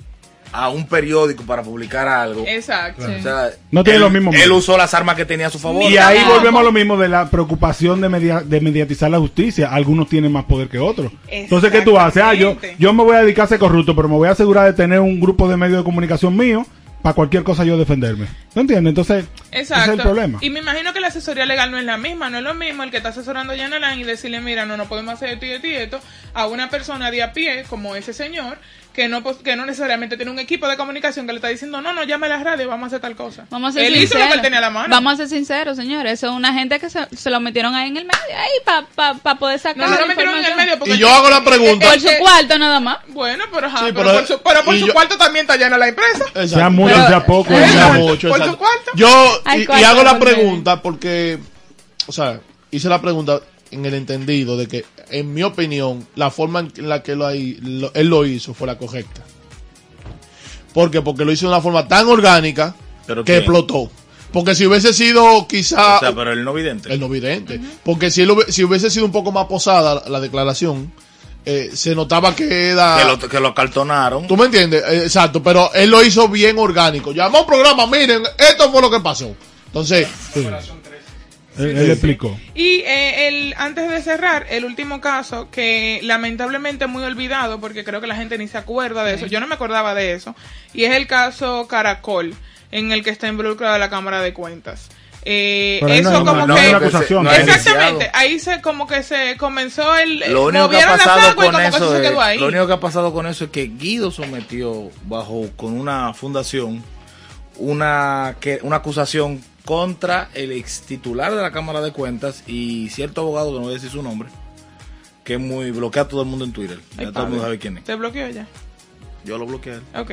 [SPEAKER 8] a un periódico para publicar algo.
[SPEAKER 5] Exacto.
[SPEAKER 8] O sea,
[SPEAKER 9] No tiene
[SPEAKER 8] él-
[SPEAKER 9] los mismos
[SPEAKER 8] Él
[SPEAKER 9] medios.
[SPEAKER 8] usó las armas que tenía a su favor.
[SPEAKER 9] Y ahí volvemos a lo mismo de la preocupación de, media- de mediatizar la justicia. Algunos tienen más poder que otros. Entonces, ¿qué tú haces? Ah, yo,
[SPEAKER 5] Exactamente.
[SPEAKER 9] yo me voy a dedicar a ser corrupto, pero me voy a asegurar de tener un grupo de medios de comunicación mío para cualquier cosa yo defenderme. ¿No entiendes? Entonces, ese
[SPEAKER 5] Exacto.
[SPEAKER 9] es el problema.
[SPEAKER 5] Y me imagino que la asesoría legal no es la misma, no es lo mismo el que está asesorando a Yanalán y decirle, mira, no, no podemos hacer esto y esto y esto, a una persona de a pie, como ese señor, que no, pos- que no necesariamente tiene un equipo de comunicación que le está diciendo, no, no, llame a la radio, vamos a hacer tal cosa.
[SPEAKER 7] Vamos a ser
[SPEAKER 5] él hizo
[SPEAKER 7] sinceros.
[SPEAKER 5] lo que él tenía a la mano.
[SPEAKER 7] Vamos a ser sinceros, señores. Eso es una gente que se, se lo metieron ahí en el medio, ahí para pa, pa poder sacar.
[SPEAKER 5] no no
[SPEAKER 7] la
[SPEAKER 5] lo metieron en el
[SPEAKER 7] información.
[SPEAKER 5] medio porque...
[SPEAKER 3] Y yo hago la pregunta.
[SPEAKER 7] Por su cuarto nada más.
[SPEAKER 5] Bueno, pero, ajá,
[SPEAKER 3] Sí,
[SPEAKER 5] pero,
[SPEAKER 3] pero-
[SPEAKER 5] por su, pero por
[SPEAKER 3] y
[SPEAKER 5] su
[SPEAKER 3] yo-
[SPEAKER 5] cuarto también está llena la empresa.
[SPEAKER 3] Exacto.
[SPEAKER 9] sea mucho,
[SPEAKER 7] Pero-
[SPEAKER 9] sea poco.
[SPEAKER 5] Pero-
[SPEAKER 9] sea
[SPEAKER 3] Sea
[SPEAKER 9] mucho.
[SPEAKER 3] mucho,
[SPEAKER 5] ¿Por
[SPEAKER 3] exacto.
[SPEAKER 5] tu cuarto?
[SPEAKER 3] Yo,
[SPEAKER 7] Hay
[SPEAKER 3] y- y,
[SPEAKER 7] cuarto
[SPEAKER 3] hago la
[SPEAKER 7] por medio.
[SPEAKER 3] pregunta porque, o sea, hice la pregunta en el entendido de que, en mi opinión, la forma en la que lo, hay- lo- él lo hizo fue la correcta. ¿Por qué? Porque lo hizo de una forma tan orgánica
[SPEAKER 8] ¿Pero
[SPEAKER 3] que
[SPEAKER 8] quién?
[SPEAKER 3] explotó. Porque si hubiese sido quizá
[SPEAKER 8] O sea, pero él no vidente.
[SPEAKER 3] el no vidente, porque si, él hube- si hubiese sido un poco más posada la, la declaración, eh, se notaba que era...
[SPEAKER 8] que, lo, que lo cartonaron.
[SPEAKER 3] ¿Tú me entiendes? Eh, Exacto, pero él lo hizo bien orgánico. Llamó a un programa, miren, esto fue lo que pasó. Entonces,
[SPEAKER 9] Él, él explicó.
[SPEAKER 5] Y eh, el, antes de cerrar, el último caso que lamentablemente muy olvidado, porque creo que la gente ni se acuerda de eso, yo no me acordaba de eso, y es el caso Caracol, en el que está involucrada la Cámara de Cuentas. Eh,
[SPEAKER 9] Pero ahí no
[SPEAKER 5] eso
[SPEAKER 9] hay
[SPEAKER 5] como
[SPEAKER 9] una- no
[SPEAKER 5] que...
[SPEAKER 9] hay una acusación.
[SPEAKER 8] No hay
[SPEAKER 5] Exactamente,
[SPEAKER 8] iniciado.
[SPEAKER 5] ahí se como que se comenzó el... eh,
[SPEAKER 8] Lo único, que ha
[SPEAKER 5] movieron la
[SPEAKER 8] pasado
[SPEAKER 5] fragua y
[SPEAKER 8] con
[SPEAKER 5] como que
[SPEAKER 8] eso
[SPEAKER 5] se
[SPEAKER 8] es,
[SPEAKER 5] quedó ahí.
[SPEAKER 8] lo único que ha pasado con eso es que Guido sometió bajo con una fundación una, que, una acusación contra el ex titular de la Cámara de Cuentas y cierto abogado que no voy a decir su nombre, que es muy bloquea a todo el mundo en Twitter.
[SPEAKER 5] Ay,
[SPEAKER 8] Ya todo el
[SPEAKER 5] padre.
[SPEAKER 8] mundo sabe quién es.
[SPEAKER 5] ¿Te bloqueó ya?
[SPEAKER 8] Yo lo bloqueé. a él.
[SPEAKER 5] Ok.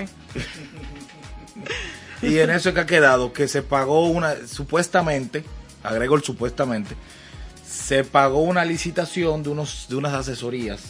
[SPEAKER 8] Y en eso es que ha quedado, que se pagó una, supuestamente, agrego el supuestamente, se pagó una licitación de, unos, de unas asesorías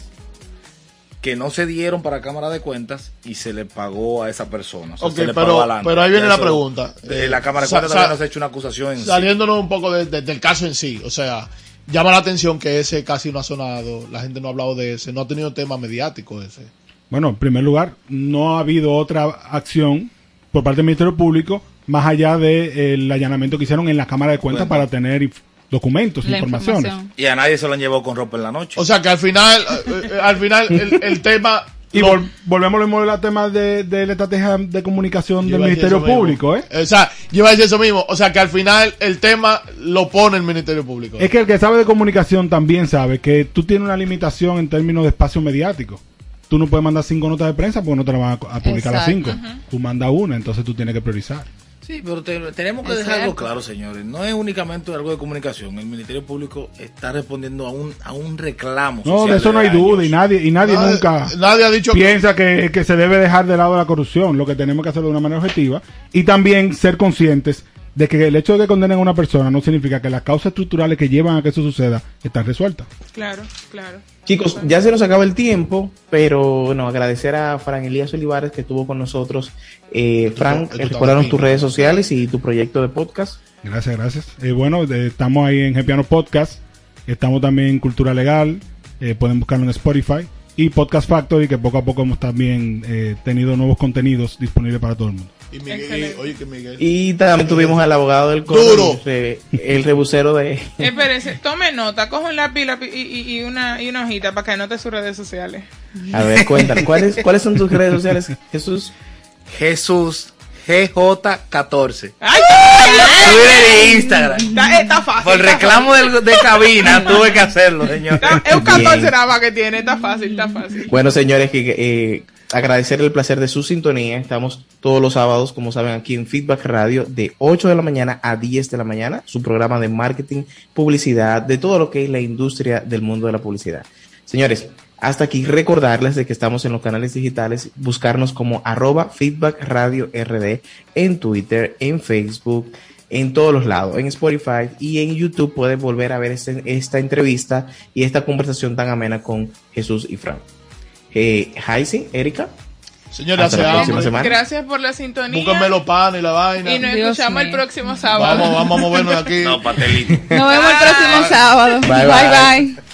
[SPEAKER 8] que no se dieron para Cámara de Cuentas y se le pagó a esa persona. o sea,
[SPEAKER 3] Ok,
[SPEAKER 8] se le
[SPEAKER 3] pero-
[SPEAKER 8] pagó a Lana.
[SPEAKER 3] pero ahí viene
[SPEAKER 8] Eso,
[SPEAKER 3] la pregunta.
[SPEAKER 8] de la Cámara de
[SPEAKER 3] Eh, sa-
[SPEAKER 8] Cuentas todavía
[SPEAKER 3] sa-
[SPEAKER 8] no se ha hecho una acusación en sí.
[SPEAKER 3] saliéndonos un poco de- de- del caso en sí, o sea, llama la atención que ese casi no ha sonado, la gente no ha hablado de ese, no ha tenido tema mediático ese.
[SPEAKER 9] Bueno, en primer lugar, no ha habido otra acción por parte del Ministerio Público más allá del allanamiento que hicieron en la Cámara de Cuentas
[SPEAKER 8] Cuenta.
[SPEAKER 9] para tener inf- documentos,
[SPEAKER 7] La
[SPEAKER 9] informaciones.
[SPEAKER 7] información.
[SPEAKER 8] Y a nadie se lo han llevado con ropa en la noche.
[SPEAKER 3] O sea que al final, eh, eh, al final el, el tema.
[SPEAKER 9] Y
[SPEAKER 3] lo-
[SPEAKER 9] vol- volvemos al mismo tema de, de la estrategia de comunicación del
[SPEAKER 3] Yo iba a decir
[SPEAKER 9] Ministerio
[SPEAKER 3] eso mismo.
[SPEAKER 9] Público, ¿eh?
[SPEAKER 3] O sea, yo iba a decir eso mismo. O sea que al final el tema lo pone el Ministerio Público.
[SPEAKER 9] Es que el que sabe de comunicación también sabe que tú tienes una limitación en términos de espacio mediático. Tú no puedes mandar cinco notas de prensa porque no te la van a, co- a publicar las
[SPEAKER 10] Exacto.
[SPEAKER 9] cinco. Tú mandas una, entonces tú tienes que priorizar.
[SPEAKER 8] Sí, pero te- tenemos que
[SPEAKER 10] Es
[SPEAKER 8] dejarlo
[SPEAKER 10] cierto.
[SPEAKER 8] claro, señores. No es únicamente algo de comunicación. El Ministerio Público está respondiendo a un, a un reclamo.
[SPEAKER 9] No,
[SPEAKER 8] social
[SPEAKER 9] de eso no hay
[SPEAKER 8] años.
[SPEAKER 9] duda y nadie, y nadie,
[SPEAKER 3] Nadie-
[SPEAKER 9] nunca
[SPEAKER 3] nadie ha dicho que-
[SPEAKER 9] piensa que, que se debe dejar de lado la corrupción. Lo que tenemos que hacerlo de una manera objetiva y también ser conscientes de que el hecho de que condenen a una persona no significa que las causas estructurales que llevan a que eso suceda están resueltas.
[SPEAKER 5] Claro, claro.
[SPEAKER 6] Chicos, ya se nos acaba el tiempo, pero bueno, agradecer a Fran Elías Olivares que estuvo con nosotros. Eh, Fran,
[SPEAKER 3] Esto- esto
[SPEAKER 6] recordaron
[SPEAKER 3] estaba
[SPEAKER 6] tus
[SPEAKER 3] aquí.
[SPEAKER 6] redes sociales y tu proyecto de podcast.
[SPEAKER 9] Gracias, gracias. Eh, bueno, de- estamos ahí en Gepiano Podcast. Estamos también en Cultura Legal. eh, pueden buscarlo en Spotify. Y Podcast Factory, que poco a poco hemos también eh, tenido nuevos contenidos disponibles para todo el mundo.
[SPEAKER 3] Y Miguel,
[SPEAKER 5] Excelente.
[SPEAKER 3] y- oye que Miguel.
[SPEAKER 6] Y también tuvimos al abogado del
[SPEAKER 3] Duro.
[SPEAKER 6] eh, el rebucero de...
[SPEAKER 5] Espérense, tome nota, coge un lápiz lápiz, y, y- y una, y una hojita para que anote sus redes sociales.
[SPEAKER 6] A ver, cuéntanos, ¿cuáles, ¿cuáles son tus redes sociales, Jesús?
[SPEAKER 8] Jesús GJ14.
[SPEAKER 5] ¡Ay!
[SPEAKER 8] Twitter e Instagram.
[SPEAKER 5] Está, está fácil.
[SPEAKER 8] Por
[SPEAKER 5] está
[SPEAKER 8] reclamo del- de cabina tuve que hacerlo, señor.
[SPEAKER 5] fácil. Está- es un
[SPEAKER 6] Bien.
[SPEAKER 5] 14 nada más que tiene, está fácil, está fácil.
[SPEAKER 6] Bueno, señores, que, eh, agradecer el placer de su sintonía. Estamos todos los sábados, como saben, aquí en Feedback Radio de 8 de la mañana a 10 de la mañana, su programa de marketing, publicidad, de todo lo que es la industria del mundo de la publicidad. Señores, hasta aquí recordarles de que estamos en los canales digitales, buscarnos como arroba Feedback Radio RD en Twitter, en Facebook, en todos los lados, en Spotify y en YouTube puedes volver a ver este- esta entrevista y esta conversación tan amena con Jesús y Fran. Eh, Heisi, Erika.
[SPEAKER 3] Señores,
[SPEAKER 6] hasta
[SPEAKER 3] hace
[SPEAKER 6] la próxima
[SPEAKER 3] hambre.
[SPEAKER 6] semana.
[SPEAKER 5] Gracias por la sintonía.
[SPEAKER 3] Búsquenme los panes y la vaina.
[SPEAKER 5] y nos
[SPEAKER 7] Dios
[SPEAKER 5] escuchamos el
[SPEAKER 7] mío.
[SPEAKER 5] próximo sábado.
[SPEAKER 3] Vamos, vamos a movernos de aquí.
[SPEAKER 8] No, patelito.
[SPEAKER 5] Ah.
[SPEAKER 10] Nos vemos el próximo sábado.
[SPEAKER 6] Bye,
[SPEAKER 10] bye.
[SPEAKER 6] bye.
[SPEAKER 10] bye.